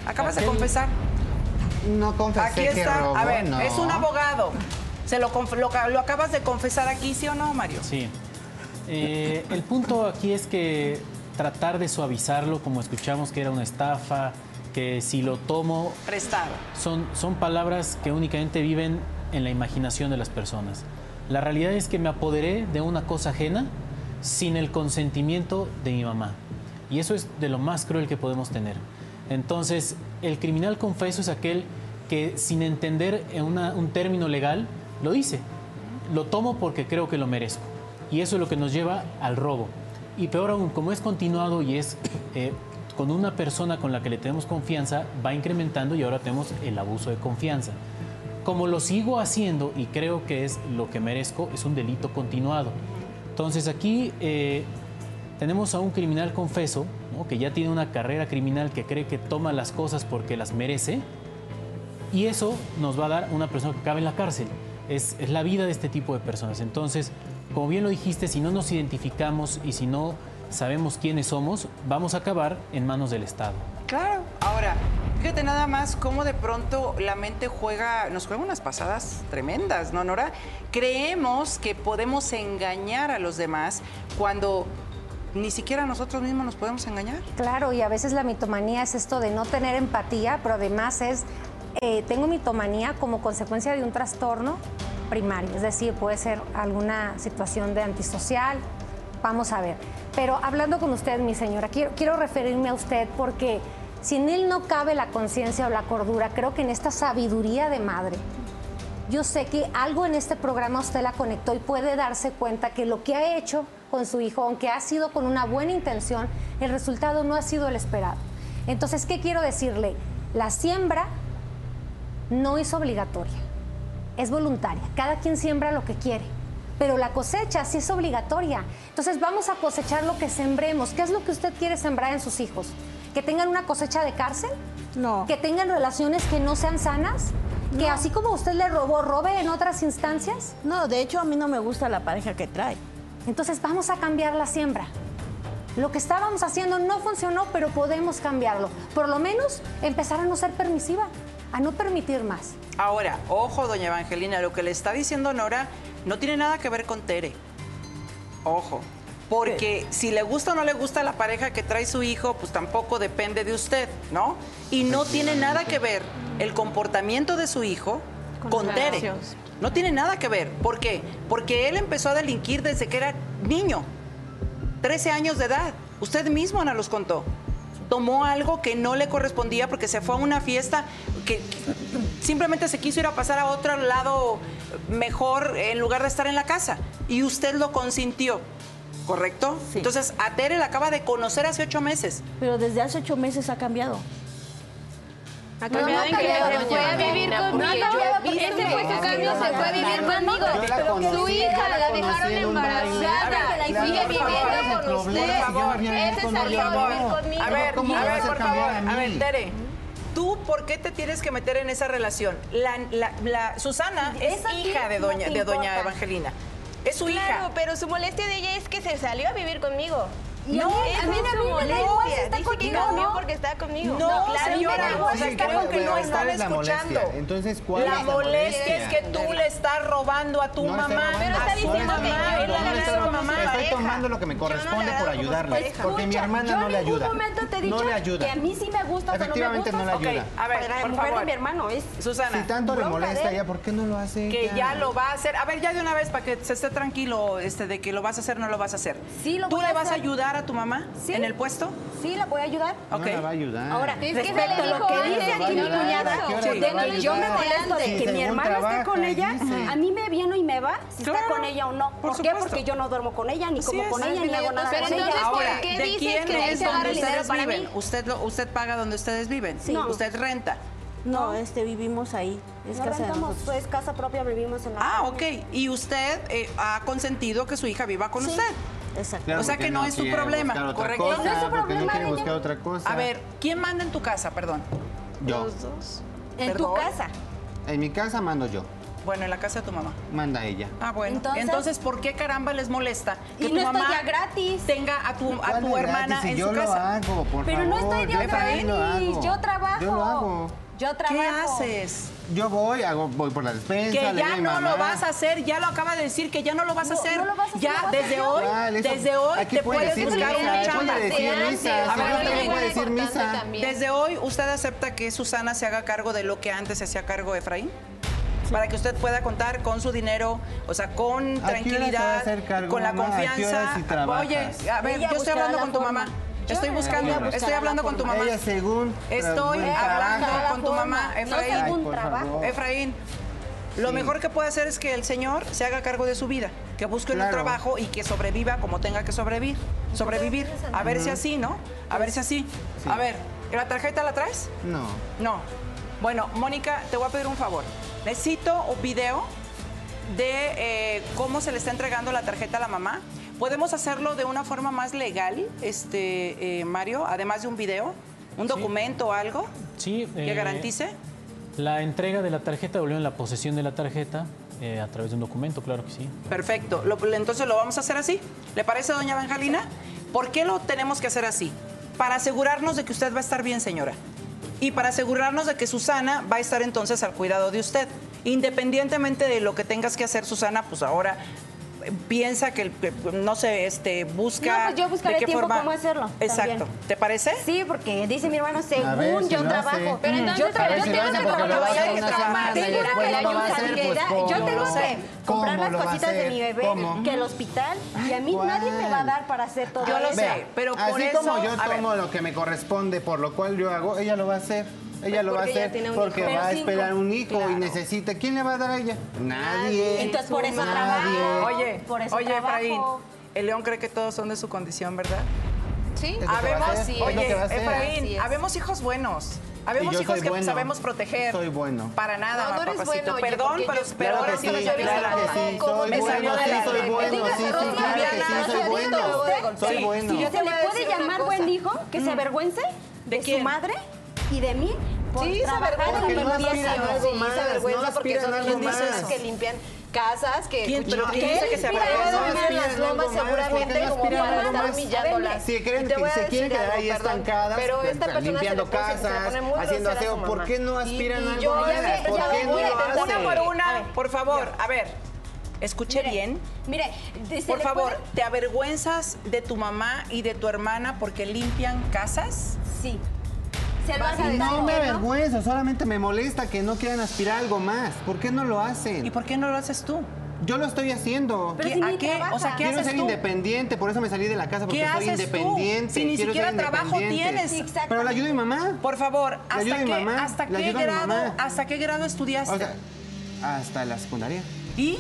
S2: Acabas de
S5: Aquel-
S2: confesar.
S21: No confesé
S2: Aquí
S21: que
S2: está.
S21: robó,
S2: a ver,
S21: no.
S2: es un abogado. Se lo, conf- lo, ca- lo acabas de confesar aquí, ¿sí o no, Mario?
S5: Sí. Eh, el punto aquí es que tratar de suavizarlo, como escuchamos que era una estafa, que si lo tomo
S2: Prestado.
S5: son, son palabras que únicamente viven en la imaginación de las personas. La realidad es que me apoderé de una cosa ajena sin el consentimiento de mi mamá. Y eso es de lo más cruel que podemos tener. Entonces, el criminal confeso es aquel que sin entender en una- un término legal, lo dice. Lo tomo porque creo que lo merezco. Y eso es lo que nos lleva al robo. Y peor aún, como es continuado y es eh, con una persona con la que le tenemos confianza, va incrementando y ahora tenemos el abuso de confianza. Como lo sigo haciendo y creo que es lo que merezco, es un delito continuado. Entonces aquí eh, tenemos a un criminal confeso, ¿no? que ya tiene una carrera criminal, que cree que toma las cosas porque las merece, y eso nos va a dar una persona que cabe en la cárcel. Es, es la vida de este tipo de personas. Entonces, como bien lo dijiste, si no nos identificamos y si no sabemos quiénes somos, vamos a acabar en manos del Estado.
S2: Claro. Ahora, fíjate nada más cómo de pronto la mente juega, nos juega unas pasadas tremendas, ¿no, Nora? Creemos que podemos engañar a los demás cuando ni siquiera nosotros mismos nos podemos engañar.
S4: Claro, y a veces la mitomanía es esto de no tener empatía, pero además es, eh, tengo mitomanía como consecuencia de un trastorno primario, es decir, puede ser alguna situación de antisocial, vamos a ver. Pero hablando con usted, mi señora, quiero, quiero referirme a usted porque sin él no cabe la conciencia o la cordura, creo que en esta sabiduría de madre. Yo sé que algo en este programa usted la conectó y puede darse cuenta que lo que ha hecho con su hijo, aunque ha sido con una buena intención, el resultado no ha sido el esperado. Entonces, ¿qué quiero decirle? La siembra no es obligatoria, es voluntaria. Cada quien siembra lo que quiere, pero la cosecha sí es obligatoria. Entonces, vamos a cosechar lo que sembremos. ¿Qué es lo que usted quiere sembrar en sus hijos? ¿Que tengan una cosecha de cárcel? No. ¿Que tengan relaciones que no sean sanas? ¿Que así como usted le robó, robe en otras instancias?
S15: No, de hecho a mí no me gusta la pareja que trae.
S4: Entonces vamos a cambiar la siembra. Lo que estábamos haciendo no funcionó, pero podemos cambiarlo. Por lo menos empezar a no ser permisiva, a no permitir más.
S2: Ahora, ojo, doña Evangelina, lo que le está diciendo Nora no tiene nada que ver con Tere. Ojo. Porque si le gusta o no le gusta la pareja que trae su hijo, pues tampoco depende de usted, ¿no? Y no tiene nada que ver el comportamiento de su hijo
S14: Con
S2: con,
S14: las
S2: Tere.
S14: relaciones.
S2: No tiene nada que ver. ¿Por qué? Porque él empezó a delinquir desde que era niño. 13 años de edad. Usted mismo, Ana, los contó. Tomó algo que no le correspondía porque se fue a una fiesta que simplemente se quiso ir a pasar a otro lado mejor en lugar de estar en la casa. Y usted lo consintió, ¿correcto? Entonces, a Tere la acaba de conocer hace ocho meses.
S15: Pero desde hace ocho meses ha cambiado.
S14: Ha cambiado en que
S15: cambiado,
S14: se fue
S15: doña
S14: a vivir
S15: Evangelina,
S14: conmigo.
S15: porque yo he visto
S14: Ese fue
S15: que-
S14: su cambio, se fue a vivir
S15: Yo la
S14: conmigo.
S15: conocí,
S14: Su
S15: yo la
S14: hija la
S15: conocí
S14: dejaron
S15: en un
S14: embarazada.
S15: baile.
S14: Y
S15: Claro,
S14: sigue
S15: por favor, ese
S14: viviendo con
S15: problema,
S14: usted.
S15: si yo me había
S14: Ese
S15: con
S14: salió
S15: María
S14: a vivir
S15: Laura.
S14: conmigo.
S2: A ver,
S15: ¿Cómo
S2: a
S15: me
S2: ver,
S15: vas a
S2: por favor,
S15: cambiar a
S2: a
S15: mí?
S2: ver, Tere. ¿Tú por qué te tienes que meter en esa relación? La, la- la- Susana es
S22: Eso a ti
S2: hija de
S22: no
S2: doña,
S22: te
S2: de doña
S22: importa.
S2: Evangelina. Es su
S22: Claro,
S2: hija.
S22: pero su molestia de ella es que se salió a vivir conmigo.
S2: Y a
S22: Esa
S2: mí- a mí-
S22: es
S2: a
S22: su
S2: mí me da igual
S22: molestia.
S2: si está
S22: Dice que
S2: contigo o
S22: cambió
S2: no.
S22: porque está conmigo.
S2: No,
S22: claro,
S2: señora,
S22: me da
S2: o
S22: igual.
S2: sea,
S21: Sí,
S2: creo
S21: pero,
S2: que no
S21: pero,
S2: están
S21: ¿cuál es la
S2: escuchando.
S21: molestia? Entonces, ¿cuál
S2: la
S21: es la
S2: molestia es que
S21: molestia?
S2: tú le estás robando a tu
S21: No le estoy
S2: mamá,
S21: robando. Ah,
S2: a su
S21: No
S2: mamá,
S21: le estoy
S2: él agarra a su
S21: robando.
S2: mamá.
S21: Estoy tomando lo que me corresponde por ayudarla. Porque mi hermana no le ayuda.
S20: Yo en ningún momento te he dicho
S21: no le ayuda.
S20: que a mí sí me gusta o no me
S21: Efectivamente,
S20: gusta.
S21: no le ayuda.
S2: a ver,
S20: Para la
S2: por
S20: mujer
S2: favor.
S20: de mi hermano es...
S2: Susana.
S21: Si tanto le
S2: bronca
S21: molesta
S2: de
S21: a
S2: él.
S21: ella, ¿por qué no lo hace
S2: que
S21: ella?
S2: ya lo va a hacer. A ver, ya de una vez, para que se esté tranquilo este, de que lo vas a hacer no lo vas a hacer.
S20: Sí, lo
S2: ¿Tú
S20: voy
S2: le
S20: a
S2: vas a
S20: hacer.
S2: ayudar a tu mamá
S20: Sí.
S2: en el puesto?
S20: Sí, la voy a ayudar.
S21: No la va a ayudar.
S20: Ahora,
S21: Es que
S20: respecto
S21: se le
S20: a lo
S21: dijo
S20: que
S21: antes,
S20: dice aquí mi
S21: ¿verdad?
S20: cuñada,
S21: ¿A qué hora
S20: de
S21: la va a
S20: que yo me
S21: ayudar?
S20: molesto de
S21: Sí,
S20: que mi
S21: según
S20: hermana esté
S21: trabaja,
S20: con ella,
S21: dice.
S20: a mí me viene y me va si está
S22: Claro.
S20: con ella o no. ¿Por, qué? Porque yo no duermo con ella, ni
S2: Así
S20: como
S2: es.
S20: con ella, ni hago nada
S22: Pero
S20: con ella.
S22: entonces,
S2: Ahora,
S22: qué
S2: ¿de
S22: dices
S2: quién
S22: que él
S2: es
S22: te va a
S2: donde
S22: dar dinero
S2: ustedes
S22: para mí?
S2: viven? Usted, lo, usted paga donde ustedes viven.
S20: Sí. No.
S2: Usted renta.
S20: No,
S2: este, vivimos ahí.
S20: Es no rentamos, pues casa propia, vivimos en la
S2: Ah,
S20: colonia.
S2: ok. Y usted eh, ha consentido que su hija viva con usted.
S20: Exacto.
S21: Claro,
S2: o sea
S21: porque
S2: que no,
S21: no
S2: es su
S21: quiere buscar
S2: problema,
S21: otra
S2: ¿correcto?
S21: cosa, No es su porque no problema, quiere ella. buscar otra cosa.
S2: A ver, ¿quién manda en tu casa? Perdón.
S21: Yo.
S2: dos.
S20: En tu casa.
S21: En mi casa mando yo.
S2: Bueno, en la casa de tu mamá.
S21: Manda ella.
S2: Ah, bueno. Entonces,
S20: Entonces-
S2: ¿por qué caramba les molesta que
S20: Y
S2: tu
S20: no estoy
S2: mamá
S20: ya gratis.
S2: tenga a tu, a
S21: ¿Cuál
S2: tu
S21: gratis?
S2: hermana
S21: Si
S2: en
S21: yo
S2: su
S21: lo
S2: casa?
S21: hago, por
S20: Pero no estoy
S21: favor,
S20: de
S21: yo también lo
S20: gratis,
S21: hago.
S20: yo trabajo.
S21: Yo lo hago.
S20: Yo trabajo.
S2: ¿Qué haces?
S21: Yo voy, hago, voy por la despensa.
S2: Que
S21: le doy
S2: ya
S21: a mi
S2: no
S21: mamá.
S2: lo vas a hacer, ya lo acaba de decir que ya no lo vas a
S20: No,
S2: hacer.
S20: no lo vas a hacer,
S2: ya
S20: lo vas a
S2: desde
S20: hacer.
S2: hoy,
S21: ¿Cuál? Eso-
S2: desde hoy
S21: aquí
S2: te
S21: puede
S2: puedes
S21: decir
S2: buscar
S21: misa,
S2: una
S21: puede
S2: chamba.
S21: decir
S2: Desde
S21: misa,
S2: antes.
S21: señor,
S2: A ver,
S21: también
S2: oye,
S21: puede decir misa. también.
S2: Desde hoy, ¿usted acepta que Susana se haga cargo de lo que antes se hacía cargo Efraín? Para que usted pueda contar con su dinero, o sea,
S21: ¿A qué
S2: con
S21: hora se va a
S2: tranquilidad,
S21: hacer cargo,
S2: con la
S21: mamá? ¿A qué hora
S2: confianza.
S21: sí trabajas?
S2: Oye, a ver,
S21: Ella
S2: yo estoy
S21: buscará
S2: hablando
S21: la
S2: con tu
S21: forma.
S2: mamá. Estoy
S21: Ella
S2: buscando,
S21: buscará
S2: estoy
S21: la
S2: hablando con tu
S21: forma.
S2: mamá.
S21: Ella según, pero
S2: Estoy
S21: buen
S2: hablando
S21: trabajo.
S2: con tu mamá,
S21: No
S2: Efraín.
S21: según Ay, por trabajo. favor.
S2: Efraín, lo
S21: Sí.
S2: mejor que puede hacer es que el señor se haga cargo de su vida, que busque un
S21: Claro.
S2: trabajo y que sobreviva como tenga que sobrevivir,
S21: Pues
S2: sobrevivir. A ver si
S21: Ujú.
S2: así, ¿no? A ver si así. A ver, ¿la tarjeta la traes?
S21: No.
S2: No. Bueno, Mónica, te voy a pedir un favor. Necesito un video de eh, cómo se le está entregando la tarjeta a la mamá. ¿Podemos hacerlo de una forma más legal, este, eh, Mario? Además de un video, un documento o algo
S5: Sí,
S2: que
S5: eh,
S2: garantice.
S5: La entrega de la tarjeta volvió en la posesión de la tarjeta eh, a través de un documento, claro que sí.
S2: Perfecto. Lo- entonces lo vamos a hacer así. ¿Le parece, doña Evangelina? ¿Por qué lo tenemos que hacer así? Para asegurarnos de que usted va a estar bien, señora. Y para asegurarnos de que Susana va a estar entonces al cuidado de usted. Independientemente de lo que tengas que hacer, Susana, pues ahora piensa que, que no sé, este, busca.
S3: No, pues yo buscaré
S2: de qué
S3: tiempo
S2: forma-
S3: cómo hacerlo
S2: Exacto.
S3: también.
S2: ¿Te parece?
S3: Sí, porque dice mi hermano, según
S2: ver si
S3: yo
S2: lo
S3: trabajo.
S2: hace.
S3: Pero
S2: Mm.
S3: entonces,
S2: Yo
S3: pero
S2: también
S3: yo
S2: si lo
S3: tengo
S2: hace
S3: que
S2: porque lo va a hacer en una semana y
S3: Tengo una
S2: después lo va a hacer, pues,
S3: responsabilidad.
S2: ¿cómo
S3: Yo
S2: lo
S3: tengo
S2: sé?
S3: que comprar
S2: ¿Cómo
S3: las
S2: lo va a
S3: cositas de
S2: hacer?
S3: mi bebé,
S12: ¿Cómo?
S3: que el hospital, y a mí nadie me va a dar para hacer todo
S2: Yo lo
S12: Vea,
S3: eso.
S12: así como yo tomo lo que me corresponde, por lo cual yo hago, ella lo va a hacer. Ella
S3: Pues
S12: lo va a
S3: porque ella
S12: hacer
S3: tiene un
S12: porque
S3: hijo.
S12: va a
S3: Pero
S12: esperar
S3: cinco.
S12: un hijo y necesita. ¿Quién le va a dar a ella? Nadie.
S3: Entonces, por eso
S12: Nadie.
S3: trabajo.
S2: Oye,
S3: por eso
S2: oye,
S3: trabajo.
S2: Efraín, el león cree que todos son de su condición, ¿verdad?
S3: Sí,
S2: Ah, Habemos,
S12: Así es. Es lo
S2: oye,
S12: que va a hacer. Así
S2: Efraín,
S12: es.
S2: habemos hijos buenos. Habemos
S12: yo
S2: hijos
S12: soy
S2: que
S12: bueno.
S2: sabemos proteger.
S12: Soy bueno.
S2: Para nada,
S12: No, no eres
S2: papacito.
S12: bueno, oye,
S2: Perdón,
S12: porque
S2: pero,
S12: yo-
S2: pero
S12: Claro
S2: ahora
S12: que
S2: sí lo
S12: sí,
S2: llevé a
S12: claro
S2: la-
S12: que sí,
S2: ¿Cómo
S12: soy
S2: me
S12: bueno,
S2: salió de
S12: sí,
S2: la-
S12: soy
S2: de-
S12: bueno,
S2: Digas,
S12: sí, sí,
S2: Rosy,
S12: claro
S2: Mariana,
S12: que sí, soy
S2: Rosy,
S12: bueno.
S2: luego de golpe.
S12: Soy
S2: Sí.
S12: bueno.
S2: Sí, yo
S3: ¿Se
S2: te
S3: le
S2: voy a
S3: puede
S2: decir otra
S3: llamar
S2: cosa.
S3: buen hijo que se avergüence de, su madre y de mí por
S17: Sí, se
S3: trabajar
S17: avergüenza
S3: en
S17: porque no
S3: limpieza?
S17: aspiran a algo
S3: Sí, se
S17: más,
S3: avergüenza
S17: no
S3: porque
S17: aspiran
S3: son
S17: a algo
S3: las
S17: más.
S3: personas que
S17: limpian casas, que ¿Quién- escuchan- pero quién dice que se aspira? avergüenza? Debe de No vivir en aspiran las a algo lomas más, seguramente porque no como aspiran a para algo estar
S12: más.
S17: humillándolas.
S12: Si creen
S17: Y te
S12: que
S17: voy a
S12: se
S17: decir
S12: quieren quedar
S17: algo,
S12: ahí
S17: perdón,
S12: estancadas,
S17: pero
S12: pues,
S17: esta persona se
S12: limpiando
S17: le pone- se le
S12: casas,
S17: pone muy
S12: haciendo
S17: grosera a
S12: aseo,
S17: su
S12: ¿por
S17: mamá.
S12: qué no
S17: Y-
S12: aspiran
S17: y
S12: a algo
S17: yo-
S12: más?
S17: ya ve,
S12: ¿Por
S17: ya
S12: qué
S17: ve,
S12: no
S17: voy a
S12: lo
S17: intentar
S12: hacen?
S2: Una por una, por favor, a ver, escuché bien.
S3: Mire, se
S2: por
S3: le
S2: favor,
S3: puede-
S2: ¿te avergüenzas de tu mamá y de tu hermana porque limpian casas?
S3: Sí.
S12: Vas a decir, No me avergüenzo, solamente me molesta que no quieran aspirar a algo más. ¿Por qué no lo hacen? ¿Y
S2: por qué no lo haces tú?
S12: Yo lo estoy haciendo.
S2: Pero ¿Qué- si ni a qué? trabajas. O sea, ¿qué
S12: Quiero
S2: haces
S12: ser
S2: tú?
S12: independiente, por eso me salí de la casa, porque
S2: ¿Qué
S12: soy
S2: haces
S12: independiente.
S2: tú? Si ni
S12: quiero
S2: siquiera
S12: ser
S2: trabajo
S12: independiente.
S2: tienes. Sí, exactamente.
S12: Pero la ayuda de mi mamá.
S2: Por favor,
S12: La ayuda
S2: ¿hasta
S12: de mi
S2: qué,
S12: mamá,
S2: hasta
S12: la
S2: qué
S12: ayuda de mi
S2: grado,
S12: mamá.
S2: hasta qué grado estudiaste?
S12: O sea, hasta la secundaria.
S2: ¿Y?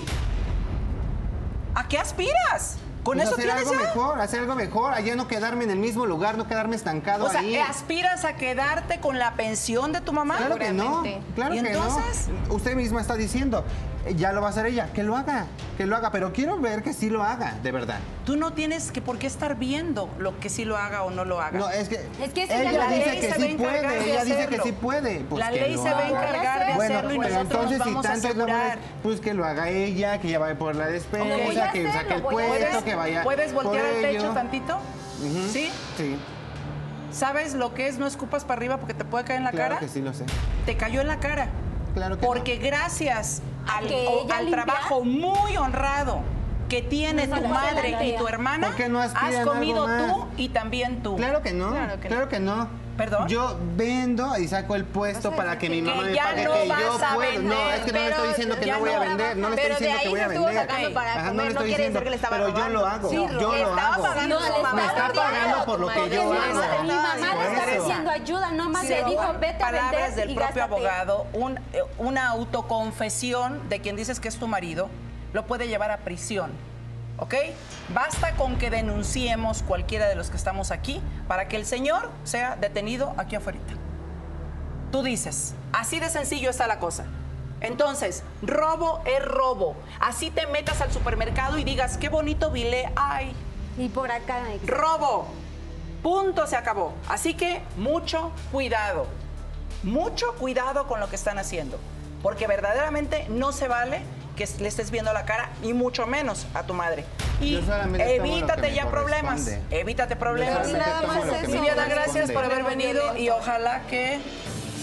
S2: ¿A qué aspiras? ¿Con
S12: Pues
S2: eso
S12: hacer
S2: tienes
S12: algo
S2: ya?
S12: mejor, hacer algo mejor, allá no quedarme en el mismo lugar, no quedarme estancado
S2: O sea,
S12: ahí.
S2: ¿eh, ¿aspiras a quedarte con la pensión de tu mamá?
S12: Claro que no, claro
S2: ¿Y
S12: que
S2: entonces?
S12: no. Usted misma está diciendo, eh, ya lo va a hacer ella, que lo haga, que lo haga, pero quiero ver que sí lo haga, de verdad.
S2: Tú no tienes que por qué estar viendo lo que sí lo haga o no lo haga.
S12: No, es que,
S3: Es que
S12: ella dice que sí puede, ella dice que sí
S2: puede.
S12: puede. pues
S2: La
S12: que
S2: ley
S12: lo
S2: se va a
S12: haga.
S2: encargar de
S12: bueno,
S2: hacerlo y
S12: pero
S2: nosotros
S12: entonces,
S2: nos vamos
S12: si
S2: a
S12: tanto es la
S2: asegurar.
S12: buena- pues que lo haga ella, que ella vaya por la despensa,
S2: Ok. Voy a
S12: que saque el
S2: hacerlo, voy a
S12: puesto,
S2: hacerlo.
S12: que vaya
S2: ¿Puedes
S12: por
S2: voltear al techo
S12: ello.
S2: tantito?
S12: Ujú.
S2: ¿Sí?
S12: Sí,
S2: ¿Sabes lo que es no escupas para arriba porque te puede caer en la
S12: claro
S2: cara?
S12: que sí lo sé.
S2: Te cayó en la cara.
S12: Claro que
S2: Porque gracias al,
S3: que
S2: o-
S3: ella
S2: al
S3: limpia.
S2: trabajo muy honrado que tiene
S12: No
S2: tu
S12: sacó
S2: madre
S12: adelante.
S2: y tu hermana,
S12: ¿Por qué no aspiran
S2: has
S12: algo
S2: comido
S12: más?
S2: tú y también tú.
S12: Claro que no. Claro que no. Perdón. Yo vendo y saco el puesto para que mi
S2: que
S12: mamá me
S2: ya
S12: pague
S2: no
S12: que
S2: vas
S12: yo
S2: a
S12: puedo. no,
S2: vender,
S12: es que no le
S2: pero
S12: estoy diciendo que
S2: ya
S12: no voy a
S2: no
S12: vender, no le
S2: trabaja.
S12: estoy
S2: Pero de
S12: diciendo
S2: ahí
S12: que voy
S2: se
S12: a
S2: estuvo
S12: vender.
S2: sacando para
S12: Ajá, no
S2: comer,
S12: le
S2: no
S12: estoy
S2: quiere
S12: diciendo,
S2: decir que le estaba
S12: pero yo
S2: robando.
S12: lo hago.
S2: Sí,
S12: yo
S2: le
S12: lo
S2: estaba
S12: hago.
S2: pagando su mamá.
S12: me está pagando por lo que yo hago.
S3: Mi mamá le está
S12: Por eso.
S3: diciendo ayuda, no más le dijo vete a
S2: palabras
S3: vender
S2: del
S3: y
S2: propio
S3: gástate".
S2: abogado, un- eh, una autoconfesión de quien dices que es tu marido, lo puede llevar a prisión. ¿Ok? Basta con que denunciemos cualquiera de los que estamos aquí para que el señor sea detenido aquí afuera. Tú dices, así de sencillo está la cosa. Entonces, robo es robo. Así te metas al supermercado y digas, qué bonito vile hay.
S3: Y por acá.
S2: Robo. Punto, se acabó. Así que mucho cuidado. Mucho cuidado con lo que están haciendo. Porque verdaderamente no se vale que le estés viendo la cara y mucho menos a tu madre. Y
S12: Yo solamente tomo lo que
S2: evítate
S12: me
S2: ya problemas.
S12: corresponde.
S2: Evítate problemas.
S12: Yo solamente Pero nada tomo más lo que me eso.
S2: Viviana,
S12: corresponde.
S2: este gracias por haber
S12: Muy
S2: venido y ojalá que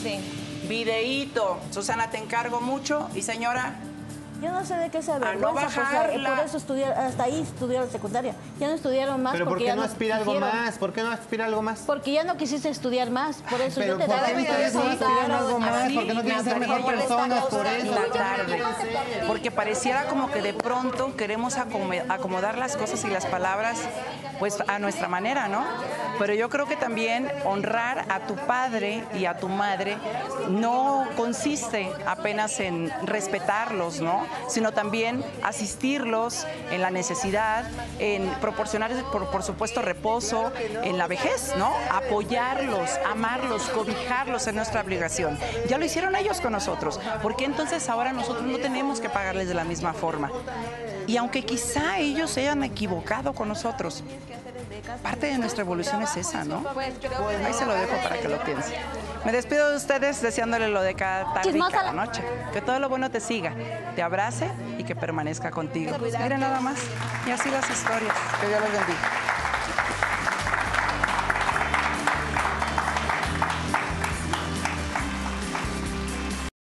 S17: Sí.
S2: videíto. Susana, te encargo mucho. Y señora,
S3: Yo no sé de qué se
S2: no
S3: avergüenza, pues, la-
S2: bajarla.
S3: por eso estudiaron, hasta ahí estudiaron secundaria. Ya no estudiaron más
S12: Pero ¿por
S3: porque
S12: qué
S3: ya
S12: no aspira algo
S3: quisieron.
S12: más? ¿Por qué no aspira algo más?
S3: Porque ya no quisiste estudiar más, por eso yo
S12: Pero
S3: te
S12: ¿por
S3: daba
S12: qué ustedes no aspiran algo más? ¿Por qué no quieren ser mejor personas? Por eso.
S2: la tarde. Porque pareciera como que de pronto queremos acome- acomodar las cosas y las palabras pues a nuestra manera, ¿no? Pero yo creo que también honrar a tu padre y a tu madre no consiste apenas en respetarlos, ¿no? Sino también asistirlos en la necesidad, en proporcionarles, por, por supuesto, reposo en la vejez, ¿no? Apoyarlos, amarlos, cobijarlos en nuestra obligación. Ya lo hicieron ellos con nosotros. ¿Por qué entonces ahora nosotros no tenemos que pagarles de la misma forma? Y aunque quizá ellos se hayan equivocado con nosotros, parte de nuestra evolución es esa, ¿no? Ahí se lo dejo para que lo piense. Me despido de ustedes deseándole lo de cada tarde y cada noche. Que todo lo bueno te siga, te abrace y que permanezca contigo. Mira nada más. Y así las historias. Que Dios los bendiga.